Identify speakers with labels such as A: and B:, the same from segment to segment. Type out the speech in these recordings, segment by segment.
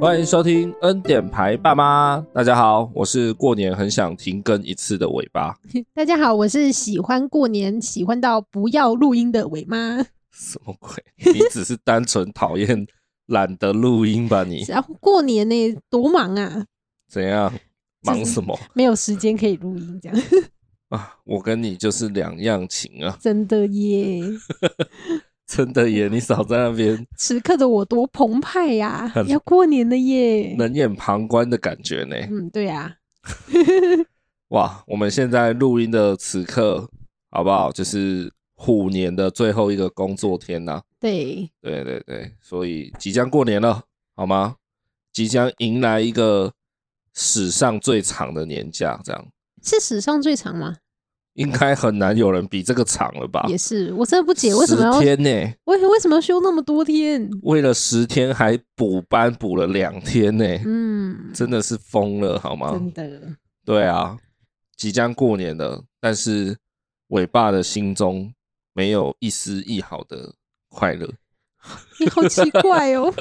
A: 欢迎收听《恩典牌爸妈》，大家好，我是过年很想停更一次的尾巴。
B: 大家好，我是喜欢过年、喜欢到不要录音的伟 妈。
A: 什么鬼？你只是单纯讨厌懒得录音吧 你？
B: 然后过年呢、多忙啊，
A: 怎样？
B: 就是
A: 忙什么
B: 没有时间可以录音，这样
A: 啊？我跟你就是两样情啊！
B: 真的耶！
A: 真的耶，你少在那边
B: 此刻的我多澎湃呀、
A: 很
B: 要过年了耶！
A: 冷眼旁观的感觉呢。
B: 嗯，对啊，
A: 哇，我们现在录音的此刻，好不好？就是虎年的最后一个工作天啊呐、
B: 对，
A: 对对对，所以即将过年了，好吗？即将迎来一个史上最长的年假，这样
B: 是史上最长吗？
A: 应该很难有人比这个长了吧？
B: 也是，我真的不解为什么
A: 啊十
B: 要
A: 天呢、
B: 为为什么要休那么多天？
A: 为了十天还补班补了两天呢、
B: 嗯，
A: 真的是疯了好吗？
B: 真的，
A: 对啊，即将过年了，但是伟爸的心中没有一丝一毫的快乐。
B: 你好奇怪 哦，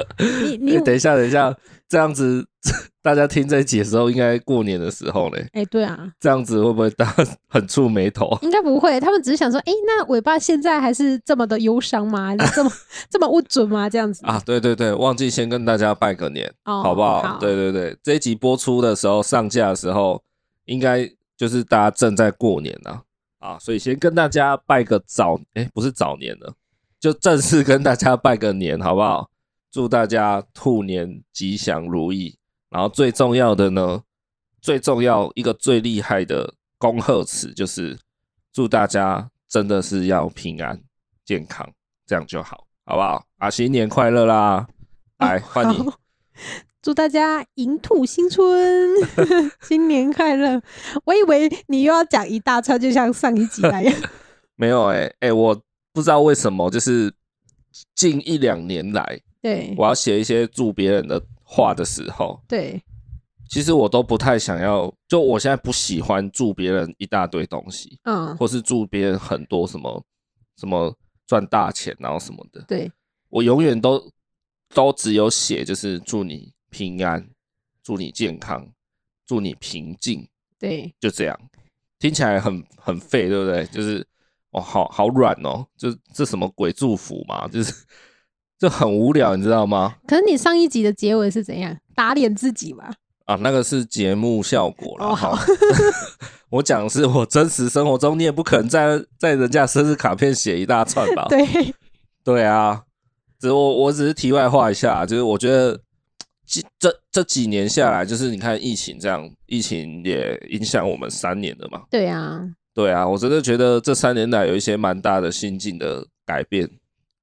B: 你你
A: 欸等一下，等一下，这样子 大家听这一集的时候，应该过年的时候嘞，
B: 哎、对啊，
A: 这样子会不会大家 很触眉头啊？
B: 应该不会，他们只是想说，哎、那尾巴现在还是这么的忧伤吗？这么这么不准吗？这样子
A: 啊，对对对，忘记先跟大家拜个年，
B: 哦
A: 好不好？
B: 好
A: 对对对，这一集播出的时候，上架的时候，应该就是大家正在过年啊，啊，所以先跟大家拜个早，哎、不是早年了，就正式跟大家拜个年，好不好？祝大家兔年吉祥如意，然后最重要的呢，最重要一个最厉害的恭贺词就是祝大家真的是要平安健康，这样就好，好不好？啊，新年快乐啦！来换你，
B: 好祝大家迎兔新 春，新年快乐！我以为你又要讲一大串，就像上一集 那样。
A: 没有哎、欸、哎、我不知道为什么，就是近一两年来，
B: 对
A: 我要写一些祝别人的话的时候，
B: 对，
A: 其实我都不太想要，就我现在不喜欢祝别人一大堆东西，
B: 嗯，
A: 或是祝别人很多什么什么赚大钱然后什么的，
B: 对，
A: 我永远都都只有写就是祝你平安，祝你健康，祝你平静，
B: 对，
A: 就这样，听起来很很废，对不对？就是哦，好好软哦，就这什么鬼祝福嘛，就是就很无聊，你知道吗？
B: 可是你上一集的结尾是怎样？打脸自己吧。
A: 啊，那个是节目效果了。
B: 哦好
A: 哈 我讲的是我真实生活中，你也不可能在在人家生日卡片写一大串吧？
B: 对，
A: 对啊，只我我只是题外话一下，就是我觉得这这这几年下来，就是你看疫情这样，疫情也影响我们三年了嘛。
B: 对啊，
A: 对啊，我真的觉得这三年来有一些蛮大的心境的改变。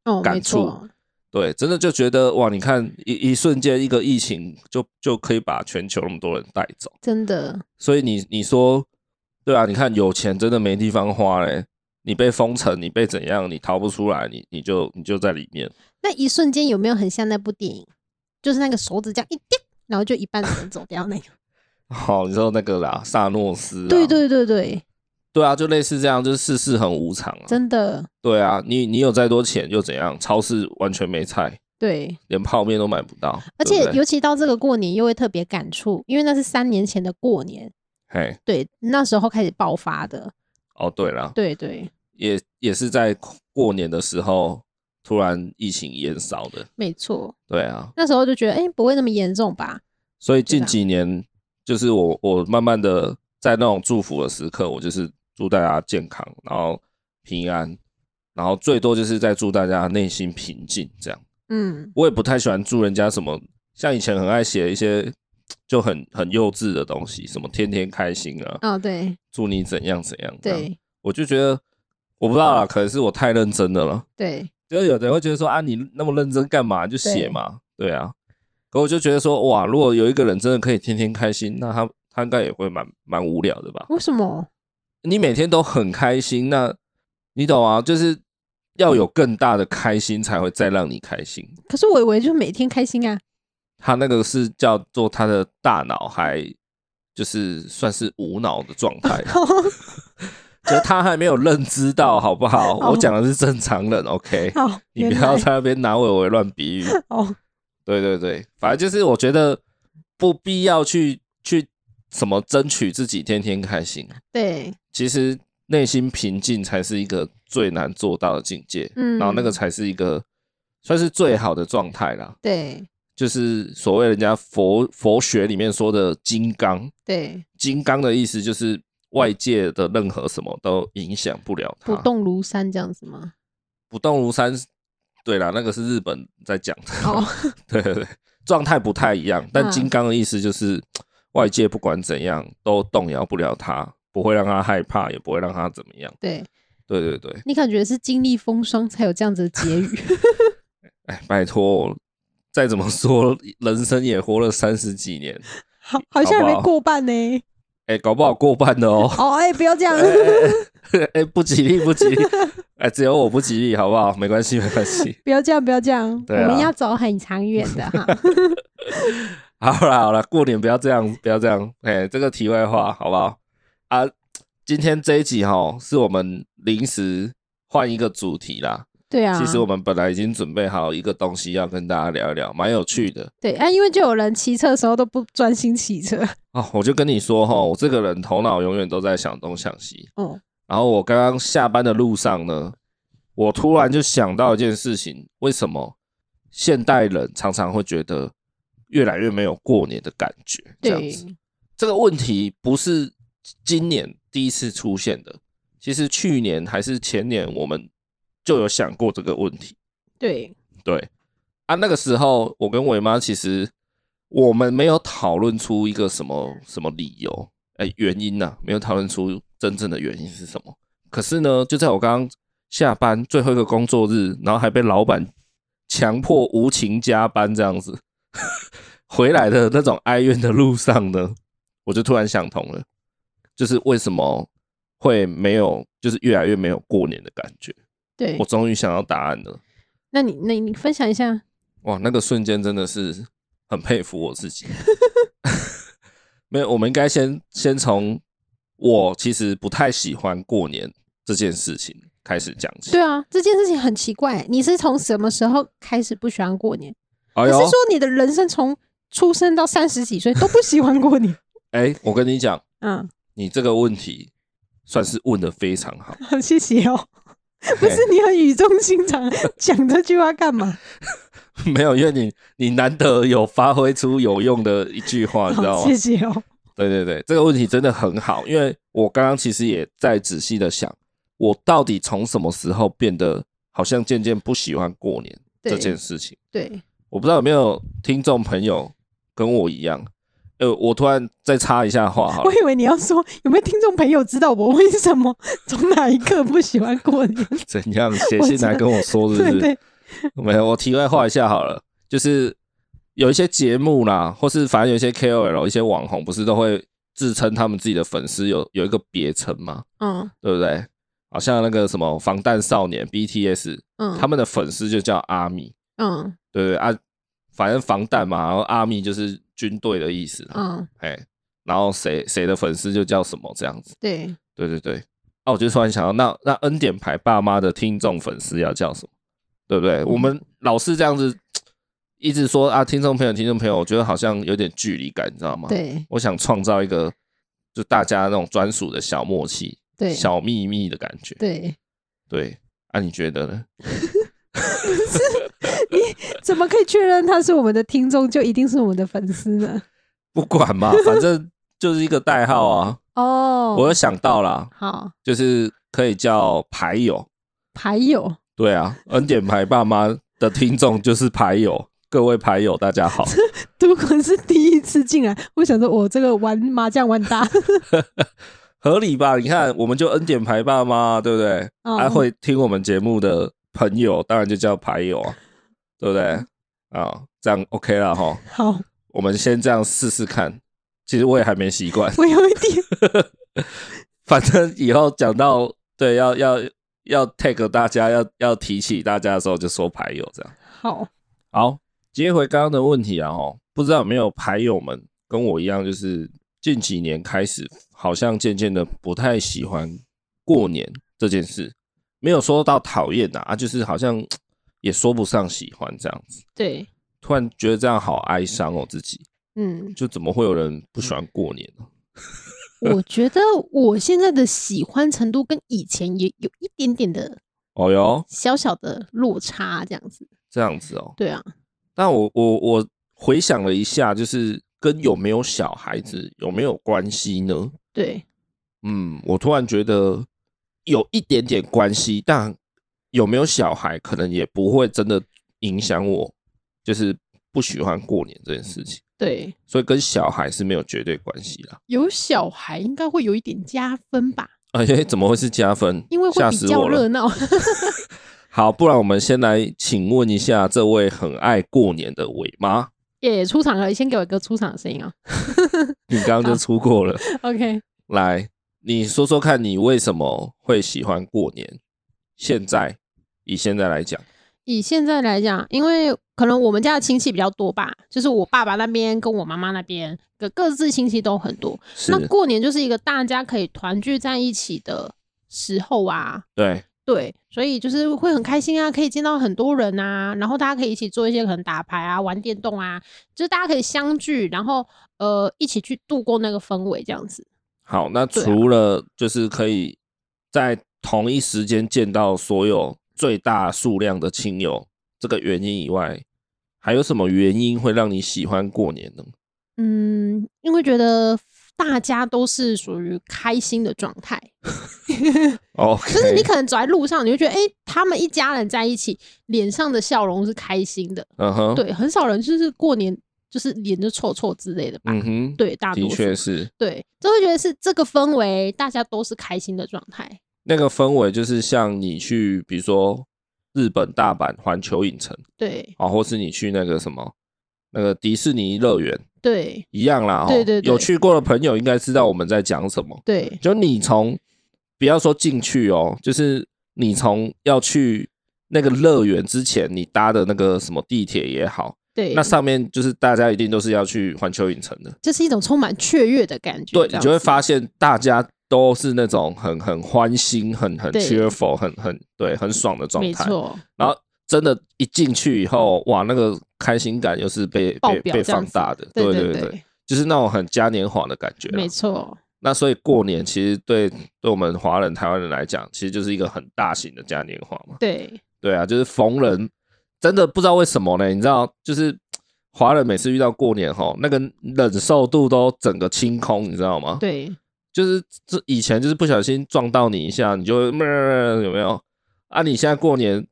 B: 哦，
A: 感
B: 没错，
A: 对，真的就觉得哇，你看一一瞬间一个疫情就就可以把全球那么多人带走，
B: 真的，
A: 所以你你说对啊，你看有钱真的没地方花嘞，你被封城，你被怎样，你逃不出来，你你就你就在里面。
B: 那一瞬间有没有很像那部电影？就是那个手指这样一丢，然后就一半的人走掉那个。
A: 好、哦你说那个啦，萨诺斯、啊，
B: 对对对对，
A: 对啊，就类似这样，就是世事很无常啊。
B: 真的，
A: 对啊，你你有再多钱又怎样？超市完全没菜，
B: 对。
A: 连泡面都买不到，
B: 而
A: 对
B: 且
A: 不对
B: 尤其到这个过年，又会特别感触，因为那是三年前的过年，
A: 嘿，
B: 对，那时候开始爆发的，
A: 哦对啦，
B: 对对，
A: 也也是在过年的时候突然疫情延烧的，
B: 没错，
A: 对啊，
B: 那时候就觉得，哎、不会那么严重吧？
A: 所以近
B: 对啊
A: 几年就是我我慢慢的在那种祝福的时刻，我就是祝大家健康，然后平安，然后最多就是在祝大家内心平静这样。
B: 嗯，
A: 我也不太喜欢祝人家什么，像以前很爱写一些就很很幼稚的东西，什么天天开心啊，
B: 哦，对
A: 祝你怎样怎样。，
B: 对
A: 我就觉得我不知道啦，可能是我太认真的了。
B: 对，
A: 就是有的人会觉得说啊，你那么认真干嘛？你就写嘛，对啊。可我就觉得说，哇，如果有一个人真的可以天天开心，那他他应该也会蛮蛮无聊的吧？
B: 为什么？
A: 你每天都很开心，那你懂啊？就是要有更大的开心，才会再让你开心。
B: 可是我以为就是每天开心啊，
A: 他那个是叫做他的大脑还就是算是无脑的状 态，就他还没有认知到，好不好？
B: 哦
A: 我讲的是正常人，OK？
B: 好，
A: 你不
B: 原
A: 要
B: 来
A: 在那边拿我为乱比喻。
B: 哦，
A: 对对对，反正就是我觉得不必要去去什么争取自己天天开心，
B: 对，
A: 其实内心平静才是一个最难做到的境界，
B: 嗯
A: 然后那个才是一个算是最好的状态啦，
B: 对，
A: 就是所谓人家佛佛学里面说的金刚，
B: 对，
A: 金刚的意思就是外界的任何什么都影响不了它，
B: 不动如山这样子吗？
A: 不动如山。对啦，那个是日本在讲的，
B: 哦，
A: 对对对，状态不太一样。但
B: 嗯
A: 金刚的意思就是，外界不管怎样都动摇不了他，不会让他害怕，也不会让他怎么样。
B: 对
A: 对对对，
B: 你感觉是经历风霜才有这样子的结 语，
A: 哎，拜托，再怎么说，人生也活了三十几年，
B: 好，好像还
A: 好不哦
B: 没
A: 好
B: 过半呢。
A: 哎，搞不好过半的 哦。
B: 哦，哎，不要这样
A: 哎，哎哎哎，不吉利，不吉利！哎，只有我不吉利，好不好？没关系，没关系。
B: 不要这样，不要这样，我
A: 对啊
B: 们要走很长远的哈。
A: 好啦，好啦，过年不要这样，不要这样。哎，这个题外话，好不好？啊，今天这一集哈，是我们临时换一个主题啦。
B: 对啊，
A: 其实我们本来已经准备好一个东西要跟大家聊一聊，蛮有趣的
B: 对啊，因为就有人骑车的时候都不专心骑车，
A: 哦。我就跟你说哈，我这个人头脑永远都在想东想西。
B: 哦，
A: 然后我刚刚下班的路上呢，我突然就想到一件事情：为什么现代人常常会觉得越来越没有过年的感觉？这样
B: 对
A: 子，这个问题不是今年第一次出现的，其实去年还是前年我们就有想过这个问题。
B: 对
A: 对啊，那个时候我跟伟妈其实我们没有讨论出一个什么什么理由，哎、原因呐、没有讨论出真正的原因是什么。可是呢，就在我刚刚下班最后一个工作日，然后还被老板强迫无情加班这样子， 回来的那种哀怨的路上呢，我就突然想通了，就是为什么会没有，就是越来越没有过年的感觉。
B: 对
A: 我。终于想到答案了。
B: 那你那你分享一下，
A: 哇，那个瞬间真的是很佩服我自己。 没有，我们应该先先从我其实不太喜欢过年这件事情开始讲起。
B: 对啊，这件事情很奇怪，你是从什么时候开始不喜欢过年？
A: 哎
B: 你是
A: 呦
B: 说，你的人生从出生到三十几岁都不喜欢 过年？
A: 哎，我跟你讲，
B: 嗯，
A: 你这个问题算是问的非常好。
B: 谢谢哦。
A: 不
B: 不是你很语重心长讲这句话干嘛？
A: 没有，因为你你难得有发挥出有用的一句话，你知道
B: 好，
A: 吗
B: 谢？谢哦。
A: 对对对，这个问题真的很好，因为我刚刚其实也在仔细的想，我到底从什么时候变得好像渐渐不喜欢过年这
B: 对
A: 件事情。
B: 对，
A: 我不知道有没有听众朋友跟我一样，呃，我突然再插一下话好
B: 我
A: 了，
B: 以为你要说有没有听众朋友知道我为什么从哪一刻不喜欢过年？
A: 怎样写信来跟我说是不
B: 对
A: 是？
B: 对，
A: 没有，我题外话一下好了，就是有一些节目啦，或是反正有一些 KOL、一些网红，不是都会自称他们自己的粉丝有有一个别称嘛，
B: 嗯
A: 对不对？好像那个什么防弹少年 BTS，
B: 嗯，
A: 他们的粉丝就叫阿米，
B: 嗯
A: 对不对啊？反正防弹嘛，然后阿米就是军队的意思啦，
B: 嗯
A: 哎，然后谁谁的粉丝就叫什么这样子。
B: 对，
A: 对对对，啊，我就突然想到，那那恩典牌爸妈的听众粉丝要叫什么？对不对？我
B: 嗯
A: 们老是这样子一直说啊，听众朋友，听众朋友，我觉得好像有点距离感，你知道吗？，
B: 对
A: 我想创造一个就大家那种专属的小默契、
B: 对
A: 小秘密的感觉。
B: 对，
A: 对，啊，你觉得呢？
B: 怎么可以确认他是我们的听众就一定是我们的粉丝呢？
A: 不管嘛，反 正就是一个代号啊。
B: 哦，
A: 我有想到啦，
B: 好
A: 就是可以叫牌友。
B: 牌友，
A: 对啊，恩典牌爸妈的听众就是牌友，各位牌友大 家好。
B: 如果是第一次进来，我想说哦我这个玩麻将玩 大，
A: 合理吧？你看，我们就恩典牌爸妈，对不对？
B: 哦
A: 啊，会听我们节目的朋友，当然就叫牌友啊，对不对？啊、这样 OK 了哈。
B: 好，
A: 我们先这样试试看。其实我也还没习惯，
B: 我有一点
A: 反正以后讲到对要要要 take 大家，要要提起大家的时候，就说牌友这样。
B: 好，
A: 好，接回刚刚的问题啊，哦，不知道有没有牌友们跟我一样，就是近几年开始，好像渐渐的不太喜欢过年这件事，啊没有说到讨厌呐，啊，就是好像也说不上喜欢这样子。
B: 对，
A: 突然觉得这样好哀伤哦，自己
B: 嗯，
A: 就怎么会有人不喜欢过年呢？
B: 我觉得我现在的喜欢程度跟以前也有一点点的
A: 哦哟，
B: 小小的落差，这样子。
A: 这样子哦。
B: 对啊，
A: 但我我我回想了一下，就是跟有没有小孩子有没有关系呢？
B: 对，
A: 嗯，我突然觉得有一点点关系，但有没有小孩可能也不会真的影响我，就是不喜欢过年这件事情，
B: 对，
A: 所以跟小孩是没有绝对关系啦。
B: 有小孩应该会有一点加分吧，
A: 哎、怎么会是加分？
B: 因为会
A: 吓
B: 比
A: 死
B: 较
A: 我
B: 热
A: 了。
B: 闹。
A: 好，不然我们先来请问一下这位很爱过年的伟妈，
B: 耶出场了，先给我一个出场的声音啊、
A: 你刚刚就出过了，
B: OK，
A: 来，你说说看你为什么会喜欢过年？现在以现在来讲，
B: 以现在来讲，因为可能我们家的亲戚比较多吧，就是我爸爸那边跟我妈妈那边各各自亲戚都很多。
A: 是
B: 那过年就是一个大家可以团聚在一起的时候啊，
A: 对
B: 对，所以就是会很开心啊，可以见到很多人啊，然后大家可以一起做一些可能打牌啊、玩电动啊，就是大家可以相聚，然后呃一起去度过那个氛围这样子。
A: 好。那
B: 对啊
A: 除了就是可以在同一时间见到所有最大数量的亲友这个原因以外，还有什么原因会让你喜欢过年呢？
B: 嗯，因为觉得大家都是属于开心的状态，
A: 哦，
B: 就是你可能走在路上，你会觉得哎、诶他们一家人在一起，脸上的笑容是开心的。
A: 嗯哼，，
B: 对，很少人就是过年就是脸就臭臭之类的吧。
A: 嗯哼，
B: 啊对，大
A: 的
B: 多数
A: 确是
B: 对，就会觉得是这个氛围，大家都是开心的状态。
A: 那个氛围，就是像你去，比如说日本大阪环球影城。
B: 对，
A: 啊，或是你去那个什么那个迪士尼乐园
B: 对
A: 一样啦。齁
B: 对对对
A: 有去过的朋友应该知道我们在讲什么。
B: 对
A: 就你从不要说进去哦，就是你从要去那个乐园之前，你搭的那个什么地铁也好，
B: 对，
A: 那上面就是大家一定都是要去环球影城的。
B: 这是一种充满雀跃的感觉。
A: 对，
B: 这
A: 你
B: 样
A: 就会
B: 子
A: 发现大家。都是那种很很欢欣、很很
B: 对
A: cheerful、很很对、很爽的状
B: 没
A: 态。
B: 错，
A: 然后真的，一进去以后，哇，那个开心感又是被
B: 嗯爆
A: 被
B: 表
A: 被
B: 这样
A: 放
B: 子
A: 大的，
B: 对
A: 对
B: 对
A: 对，啊就是那种很嘉年华的感觉啦。
B: 没错，
A: 那所以过年其实对对我们华人台湾人来讲，其实就是一个很大型的嘉年华嘛。
B: 对
A: 对啊，就是逢人真的不知道为什么呢？你知道，就是华人每次遇到过年吼，那个忍受度都整个清空，你知道吗？
B: 对
A: 就是这以前就是不小心撞到你一下，你就会咩有没有？啊，你现在过年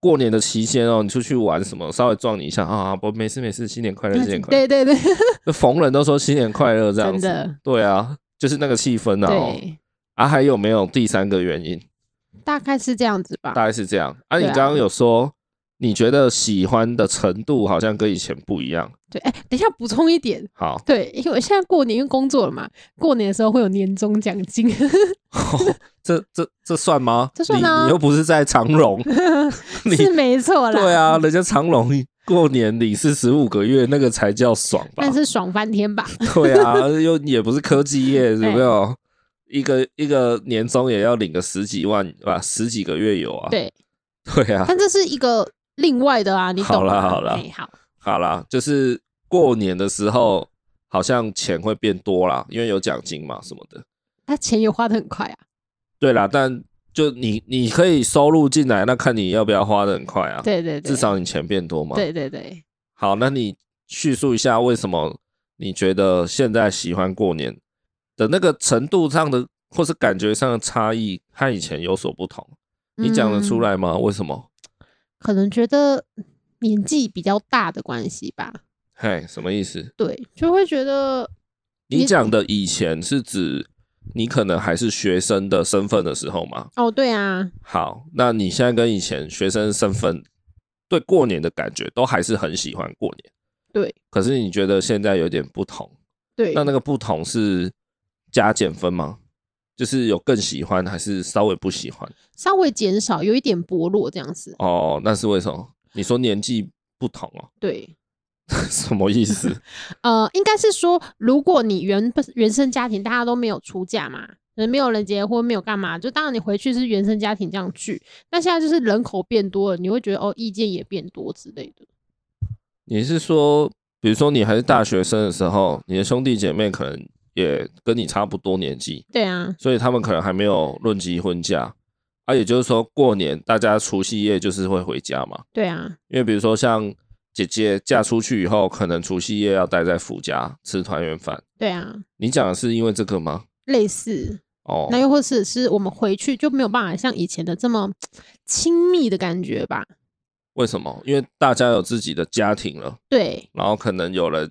A: 过年的期间哦，你出去玩什么，稍微撞你一下啊，不没事没事，新年快乐，新年快乐。
B: 对对对
A: 那逢人都说新年快乐这样
B: 真
A: 子，
B: 的
A: 对啊，就是那个气氛啊、哦。
B: 对，
A: 啊，还有没有第三个原因？
B: 大概是这样子吧。
A: 大概是这样。啊，你
B: 对啊
A: 刚刚有说你觉得喜欢的程度好像跟以前不一样。
B: 对，哎，等一下补充一点。，
A: 好
B: 对，因为我现在过年因为工作了嘛，过年的时候会有年终奖金，
A: 这这这算吗？
B: 这算啊
A: 你你又不是在长荣， 你
B: 是没错啦。
A: 对，啊，人家长隆过年领四十五个月，那个才叫爽吧
B: 但？是爽翻天吧？
A: 对啊，又也不是科技业，有没有？一个一个年终也要领个十几万吧，十几个月有啊。
B: 对，
A: 对啊，
B: 但这是一个另外的啊，你懂
A: 好啦
B: 吗
A: 好啦
B: 哎好，
A: 好啦，就是过年的时候，好像钱会变多啦，因为有奖金嘛什么的。
B: 他钱也花的很快啊。
A: 对啦，但就你你可以收入进来，那看你要不要花的很快啊。，
B: 对对对，
A: 至少你钱变多嘛。
B: 对对对。
A: 好，那你叙述一下为什么你觉得现在喜欢过年的那个程度上的或是感觉上的差异和以前有所不同？你讲得
B: 嗯
A: 出来吗？为什么？
B: 可能觉得年纪比较大的关系吧，
A: 嘿，什么意思？
B: 对，就会觉得
A: 你
B: 你
A: 讲的以前是指你可能还是学生的身份的时候吗？
B: 哦，对啊，
A: 好，那你现在跟以前学生身份对过年的感觉都还是很喜欢过年，
B: 对
A: 可是你觉得现在有点不同，
B: 对，
A: 那那个不同是加减分吗？就是有更喜欢还是稍微不喜欢？
B: 稍微减少，有一点薄弱这样子，
A: 哦，那是为什么？你说年纪不同哦，
B: 对，
A: 什么意思？
B: 呃，应该是说，如果你原本原生家庭大家都没有出嫁嘛，就是没有人结婚，没有干嘛，就当然你回去是原生家庭这样聚，那现在就是人口变多了，你会觉得哦，意见也变多之类的，
A: 你是说，比如说你还是大学生的时候，你的兄弟姐妹可能也跟你差不多年纪，
B: 对啊，
A: 所以他们可能还没有论及婚嫁。啊，也就是说，过年大家除夕夜就是会回家嘛，
B: 对啊，
A: 因为比如说像姐姐嫁出去以后，可能除夕夜要待在夫家吃团圆饭。
B: 对啊，
A: 你讲的是因为这个吗？
B: 类似。
A: 哦，
B: 那又或者是我们回去就没有办法像以前的这么亲密的感觉吧？
A: 为什么？因为大家有自己的家庭了，
B: 对
A: 然后可能有人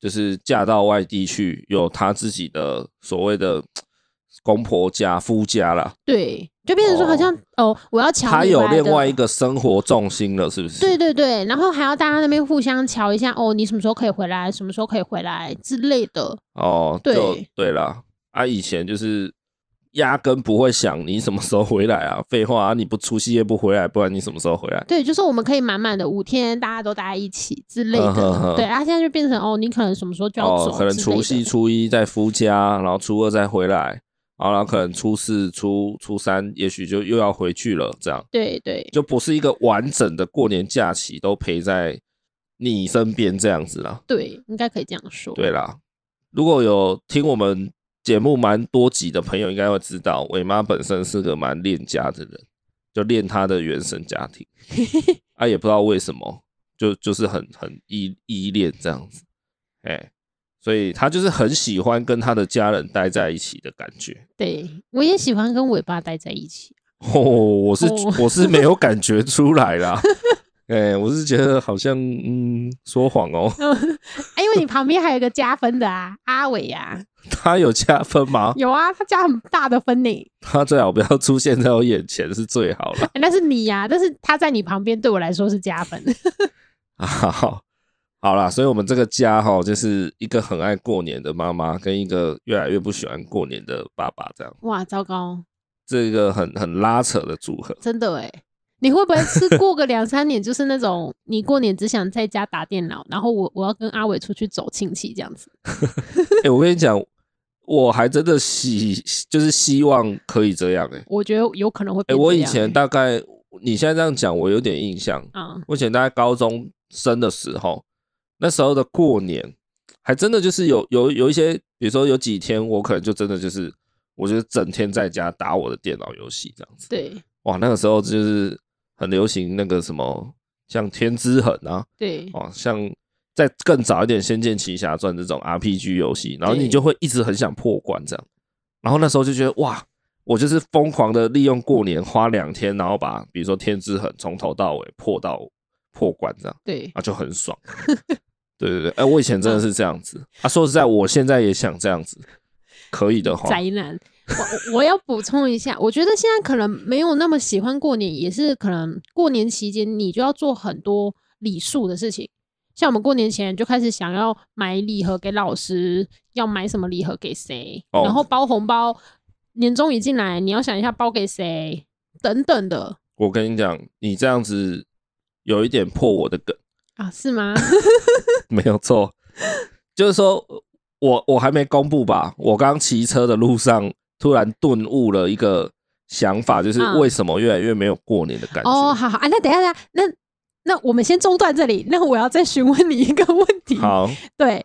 A: 就是嫁到外地去，有他自己的所谓的公婆家、夫家啦，
B: 对，就变成说好像哦我要抢
A: 他
B: 你
A: 有
B: 来
A: 另
B: 的
A: 外一个生活重心了，是不是？
B: 对对对，然后还要大家那边互相瞧一下，哦，你什么时候可以回来，什么时候可以回来之类的。
A: 哦，
B: 对
A: 就对啦，啊，以前就是压根不会想你什么时候回来啊，废话啊，你不除夕夜不回来，不然你什么时候回来？
B: 对，就是我们可以满满的五天，大家都待在一起之类的。
A: 嗯哼哼
B: 对，啊，现在就变成哦，你可能什么时候就要走之
A: 哦
B: 类，的，
A: 可能除夕初一在夫家，然后初二再回来，然后然后可能初四、初初三，也许就又要回去了，这样
B: 对对
A: 就不是一个完整的过年假期都陪在你身边这样子啦。
B: 对，应该可以这样说。
A: 对啦，如果有听我们节目蛮多集的朋友，应该会知道伟妈本身是个蛮恋家的人，就恋她的原生家庭，啊，也不知道为什么，就就是很很依依恋这样子，哎、所以她就是很喜欢跟她的家人待在一起的感觉。
B: 对，我也喜欢跟尾巴待在一起。
A: 哦，我是
B: 哦
A: 我是没有感觉出来啦，哎、我是觉得好像嗯说谎哦，
B: 啊，因为你旁边还有一个加分的啊，阿伟呀、
A: 她有加分吗
B: 啊，？有啊，他加很大的分呢、
A: 她最好不要出现在我眼前是最好 了。
B: 哎那是你呀、但是他在你旁边对我来说是加分。
A: 好，好啦，所以我们这个家哈，就是一个很爱过年的妈妈，跟一个越来越不喜欢过年的爸爸，这样，
B: 哇，糟糕，
A: 这个很很拉扯的组合。
B: 真的哎、你会不会是 过个两三年，就是那种你过年只想在家打电脑，然后我我要跟阿伟出去走亲戚这样子？
A: 哎、我跟你讲，我还真的希就是希望可以这样哎、欸、
B: 我觉得有可能会
A: 哎、
B: 变这样欸。
A: 我以前大概你现在这样讲，我有点印象。
B: 啊、
A: 我以前大概高中生的时候，那时候的过年，还真的就是有有有一些，比如说有几天，我可能就真的就是，我就整天在家打我的电脑游戏这样子。
B: 对
A: 哇，那个时候就是很流行那个什么，像《天之痕》啊，
B: 对
A: 哦，像再更早一点，《仙剑奇侠传》这种 RPG 游戏，然后你
B: 对
A: 就会一直很想破关这样。然后那时候就觉得哇，我就是疯狂的利用过年花两天，然后把比如说《天之痕》从头到尾破到破关这样，
B: 对，
A: 啊，就很爽。对对对，哎、我以前真的是这样子啊。说实在，我现在也想这样子，可以的话，
B: 宅男。我我我要补充一下，我觉得现在可能没有那么喜欢过年，也是可能过年期间你就要做很多礼数的事情。像我们过年前就开始想要买礼盒给老师，要买什么礼盒给谁，
A: 哦
B: 然后包红包，年终一进来你要想一下包给谁等等的
A: 我跟你讲，你这样子有一点破我的梗，
B: 啊，是吗？
A: 没有错。就是说我我还没公布吧，我刚骑车的路上突然顿悟了一个想法，就是
B: 嗯
A: 为什么越来越没有过年的 感觉。
B: 哦，好好啊，那等一下，等一下那那我们先中断这里，那我要再询问你一个问题。
A: 好，
B: 对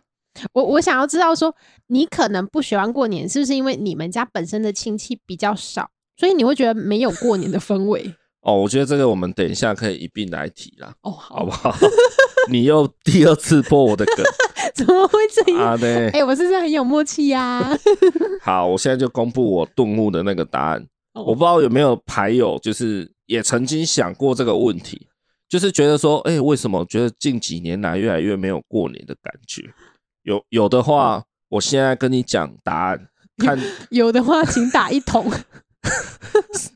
B: 我，我想要知道说，你可能不喜欢过年，是不是因为你们家本身的亲戚比较少，所以你会觉得没有过年的氛围？
A: 哦，我觉得这个我们等一下可以一并来提啦，
B: 哦，
A: 好
B: 好
A: 不，好？ 你又第二次破我的 梗
B: 怎么会这样？
A: 啊？对
B: 哎、，我是不是很有默契呀、
A: 好，我现在就公布我顿悟的那个答案。
B: 哦
A: 我不知道有没有牌友，就是也曾经想过这个问题，就是觉得说，哎、为什么觉得近几年来越来越没有过年的感觉？有有的话，我现在跟你讲答案。看
B: 有的话，请打一桶。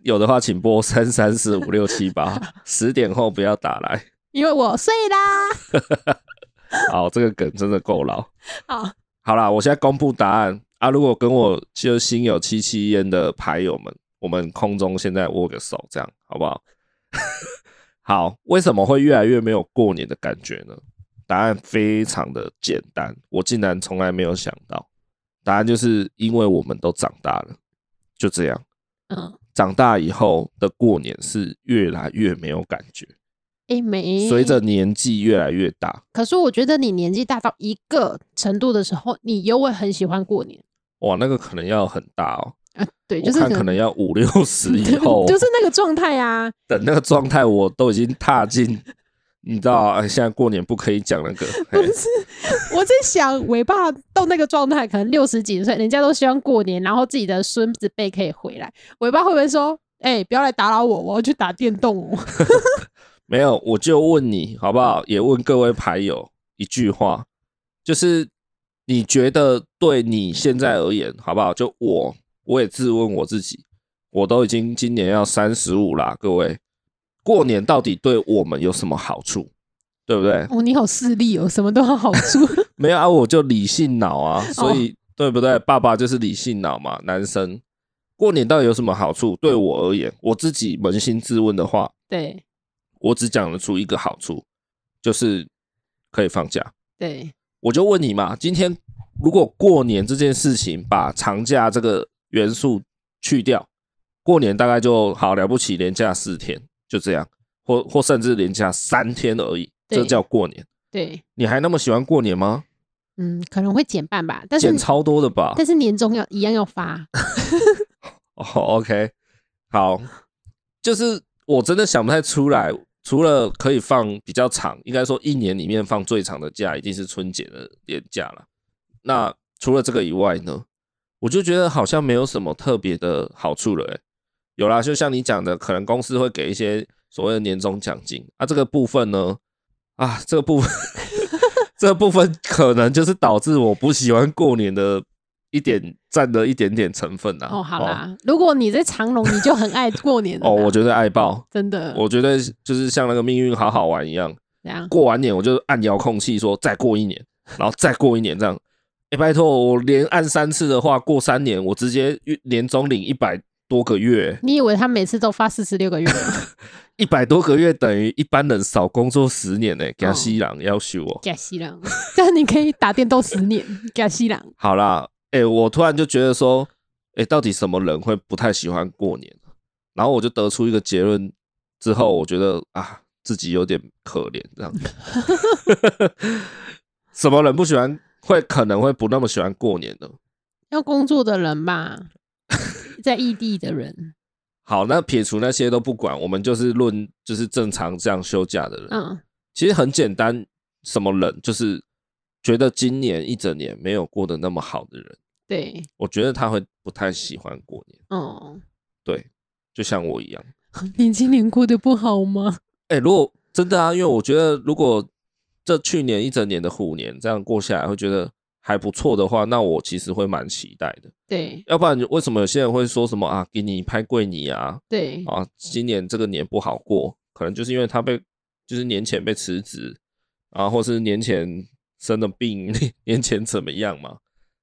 A: 有的话，请拨三三四五六七八，十点后不要打来。
B: 因为我睡啦，
A: 好，这个梗真的够老。
B: 好，
A: 好啦，我现在公布答案啊！如果跟我就心有戚戚焉的牌友们，我们空中现在握个手，这样好不好？ 好，为什么会越来越没有过年的感觉呢？答案非常的简单，我竟然从来没有想到。答案就是因为我们都长大了，就这样。
B: 嗯，
A: 长大以后的过年是越来越没有感觉，
B: 哎、没。
A: 随着年纪越来越大，
B: 可是我觉得你年纪大到一个程度的时候，你又会很喜欢过年。
A: 哇，那个可能要很大哦。
B: 对，
A: 我
B: 就是
A: 看可能要五六 十以后，哦
B: 就是那个状态啊。
A: 等那个状态，我都已经踏进，你知道、啊，现在过年不可以讲那个，
B: 不
A: 嘿
B: 是，我在想，尾巴到那个状态，可能六十几岁，人家都希望过年，然后自己的孙子辈可以回来，尾巴会不会说：“哎、不要来打扰我，我要去打电动哦。
A: 没有，我就问你好不好？也问各位牌友一句话，就是你觉得对你现在而言好不好？就我，我也自问我自己，我都已经今年要三十五啦，各位，过年到底对我们有什么好处？对不对？”
B: 哦，你好势利哦，什么都有好处。
A: 没有啊，我就理性脑啊，所以、对不对？爸爸就是理性脑嘛，男生。过年到底有什么好处？对我而言，我自己扪心自问的话，
B: 对
A: 我只讲得出一个好处，就是可以放假。
B: 对，
A: 我就问你嘛，今天如果过年这件事情把长假这个元素去掉，过年大概就好了不起，连假四天就这样，或或甚至连假三天而已，
B: 对
A: 这叫过年。
B: 对，
A: 你还那么喜欢过年吗？
B: 嗯，可能会减半吧，但是
A: 减超多的吧？
B: 但是年终要一样要发。
A: 哦，OK，好，
B: 嗯
A: 就是我真的想不太出来，除了可以放比较长，应该说一年里面放最长的假一定是春节的年假了。那除了这个以外呢，我就觉得好像没有什么特别的好处了、欸。有啦，就像你讲的，可能公司会给一些所谓的年终奖金啊，这个部分呢，啊，这个部分， 这个部分可能就是导致我不喜欢过年的一点占的一点点成分啊。
B: 哦，好啦，如果你在长隆，你就很爱过年了
A: 哦，
B: 啦
A: 我觉得爱爆，
B: 真的，
A: 我觉得就是像那个命运好好玩一样，
B: 怎样？
A: 过完年我就按遥控器说再过一年，然后再过一年这样。哎、拜托，我连按三次的话，过三年我直接月年终领一百多个月，
B: 你以为他每次都发四十六个月吗？
A: 一百多个月等于一般人少工作十年呢、给他
B: 哦
A: 西郎要修哦。
B: 假西郎， 但你可以打电动十年，假西郎。
A: 好啦，哎、我突然就觉得说，哎、到底什么人会不太喜欢过年？啊然后我就得出一个结论之后，我觉得啊，自己有点可怜这样。 什么人不喜欢？会可能会不那么喜欢过年的。
B: 要工作的人吧， 在异地的人，
A: 好，那撇除那些都不管，我们就是论就是正常这样休假的人。
B: 嗯，
A: 其实很简单，什么人就是觉得今年一整年没有过得那么好的人，
B: 对，
A: 我觉得他会不太喜欢过年。
B: 哦，
A: 对，就像我一样。
B: 你今年过得不好吗？
A: 哎、如果真的啊，因为我觉得如果这去年一整年的虎年这样过下来，会觉得还不错的话，那我其实会蛮期待的。
B: 对
A: 要不然为什么有些人会说什么啊，给你拍跪你啊
B: 对
A: 啊，今年这个年不好过，可能就是因为他被就是年前被辞职啊，或是年前生了病， 年前怎么样嘛？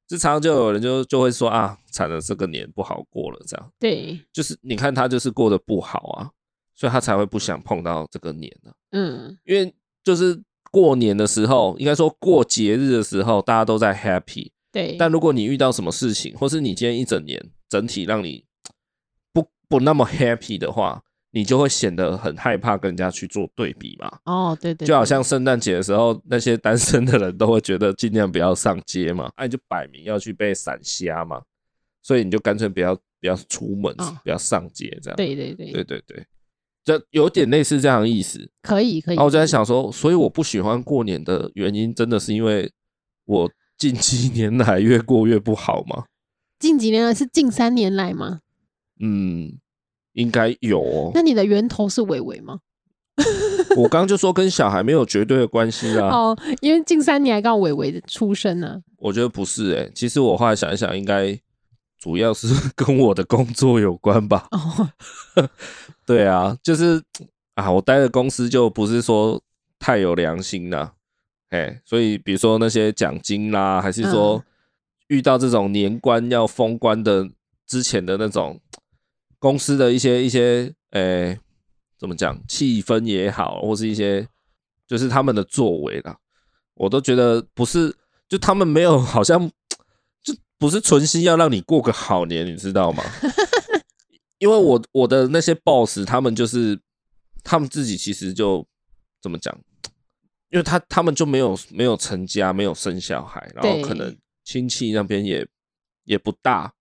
A: 这常常就有人就就会说啊，惨了，这个年不好过了，这样
B: 对，
A: 就是你看他就是过得不好啊，所以他才会不想碰到这个年啊。
B: 嗯，
A: 因为就是过年的时候，应该说过节日的时候，大家都在 happy。
B: 对，
A: 但如果你遇到什么事情，或是你今天一整年整体让你不不那么 happy 的话，你就会显得很害怕跟人家去做对比嘛。
B: 哦，对对，
A: 就好
B: 对
A: 像圣诞节的时候，那些单身的人都会觉得尽量不要上街嘛，哎、你就摆明要去被闪瞎嘛，所以你就干脆不要不要出门，
B: 哦
A: 不要上街这样。
B: 对对对，
A: 对对对，这有点类似这样的意思。
B: 可以可
A: 啊
B: 以。
A: 然后我就在，想说，所以我不喜欢过年的原因，真的是因为我近七年来越过越不好吗？
B: 近几年来是近三年来吗？
A: 嗯，应该有哦
B: 那。你的源头是伟伟吗？
A: 我刚刚就说跟小孩没有绝对的关系啦，
B: 哦，因为近三年来刚好伟伟的出生啊呢、
A: 我觉得不是诶、其实我后来想一想，应该主要是 跟我的工作有关吧。
B: 啊。哦，
A: 对啊，就是啊，我待的公司就不是说太有良心啦，哎，所以比如说那些奖金啦，还是说
B: 嗯
A: 遇到这种年关要封关的之前的那种公司的一些一些，哎，怎么讲，气氛也好，或是一些就是他们的作为啦，我都觉得不是，就他们没有好像就不是存心要让你过个好年，你知 道吗？因为我我的那些 boss 他们就是他们自己其实就怎么讲？因为他他们就没有没有成家，没有生小孩，然后
B: 对
A: 可能亲戚那边也也不大，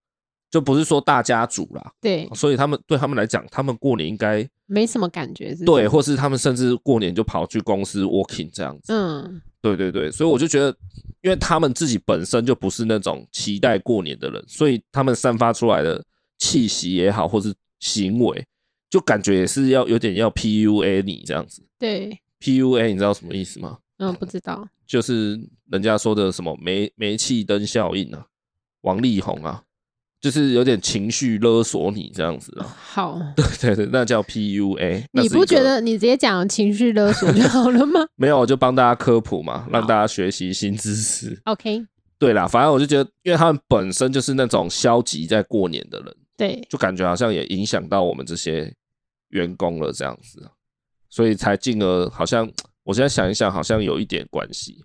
A: 就不是说大家族啦，
B: 对，
A: 所以他们对他们来讲，他们过年应该
B: 没什么感觉是不是
A: 对，，或是他们甚至过年就跑去公司 working 这样子。
B: 嗯，
A: 对对对，所以我就觉得，因为他们自己本身就不是那种期待过年的人，所以他们散发出来的气息也好，或是行为，就感觉也是要有点要 PUA 你这样子。
B: 对，
A: PUA 你知道什么意思吗？
B: 嗯，不知道，
A: 就是人家说的什么煤煤气灯效应啊，王力宏啊，就是有点情绪勒索你这样子啊。
B: 好，
A: 对对，那叫 PUA。
B: 你不觉得你直接讲情绪勒索就好了吗
A: 没有？我就帮大家科普嘛，让大家学习新知识。
B: ？OK，
A: 对啦，反正我就觉得，因为他们本身就是那种消极在过年的人，
B: 对，
A: 就感觉好像也影响到我们这些员工了这样子，所以才进而好像我现在想一想，好像有一点关系。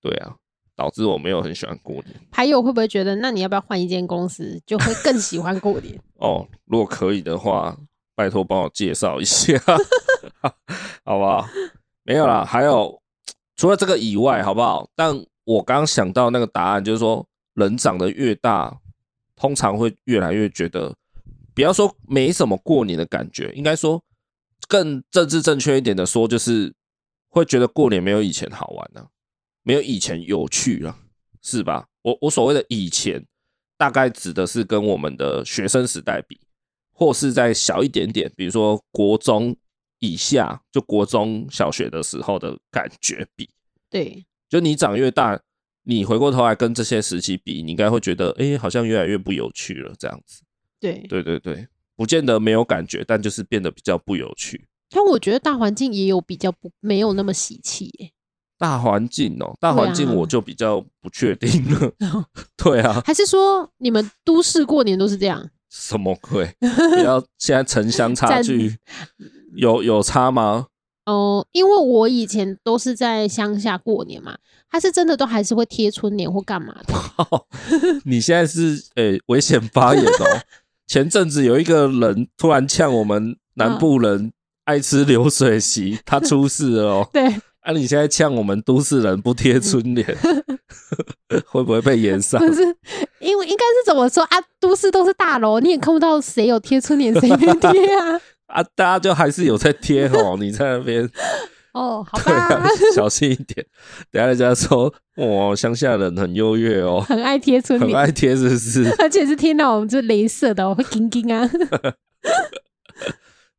A: 对啊，导致我没有很喜欢过年
B: 还有会不会觉得，那你要不要换一间公司，就会更喜欢过 年？
A: 哦。如果可以的话，拜托帮我介绍一下，好不好？没有啦，还有除了这个以外，好不好？但我刚想到那个答案，就是说人长得越大，通常会越来越觉得，不要说没什么过年的感觉，应该说更政治正确一点的说，就是会觉得过年没有以前好玩了、啊没有以前有趣了、是吧？我我所谓的以前，大概指的是跟我们的学生时代比，或是再小一点点，比如说国中以下，就国中小学的时候的感觉比。
B: 对，
A: 就你长越大，你回过头来跟这些时期比，你应该会觉得，哎、好像越来越不有趣了，这样子。
B: 对，
A: 对对对，不见得没有感觉，但就是变得比较不有趣。
B: 但我觉得大环境也有比较不没有那么喜气耶，
A: 大环境哦，大环境
B: 对啊
A: 我就比较不确定 了。对啊，
B: 还是说你们都市过年都是这样？
A: 什么鬼？不 要现在城乡差距有有差吗？
B: 哦、因为我以前都是在乡下过年嘛，他是真的都还是会贴春联或干嘛 的。
A: 你现在是诶、危险发言哦。前阵子有一个人突然呛我们南部人爱吃流水席，他出事了 哦。
B: 对，
A: 啊，你现在呛我们都市人不贴春联，会不会被延上？
B: 不是，因为应该是怎么说啊？都市都是大楼，你也看不到谁有贴春联，谁没贴 啊？
A: 啊，大家就还是有在贴哦。你在那边
B: 哦，好
A: 对啊
B: 吧，，
A: 小心一点。等一下人家说，哇，乡下人很优越 哦，
B: 很爱贴春
A: 很
B: 联，
A: 爱贴，是不是？
B: 而且是贴到我们这镭射的哦，会叮叮啊。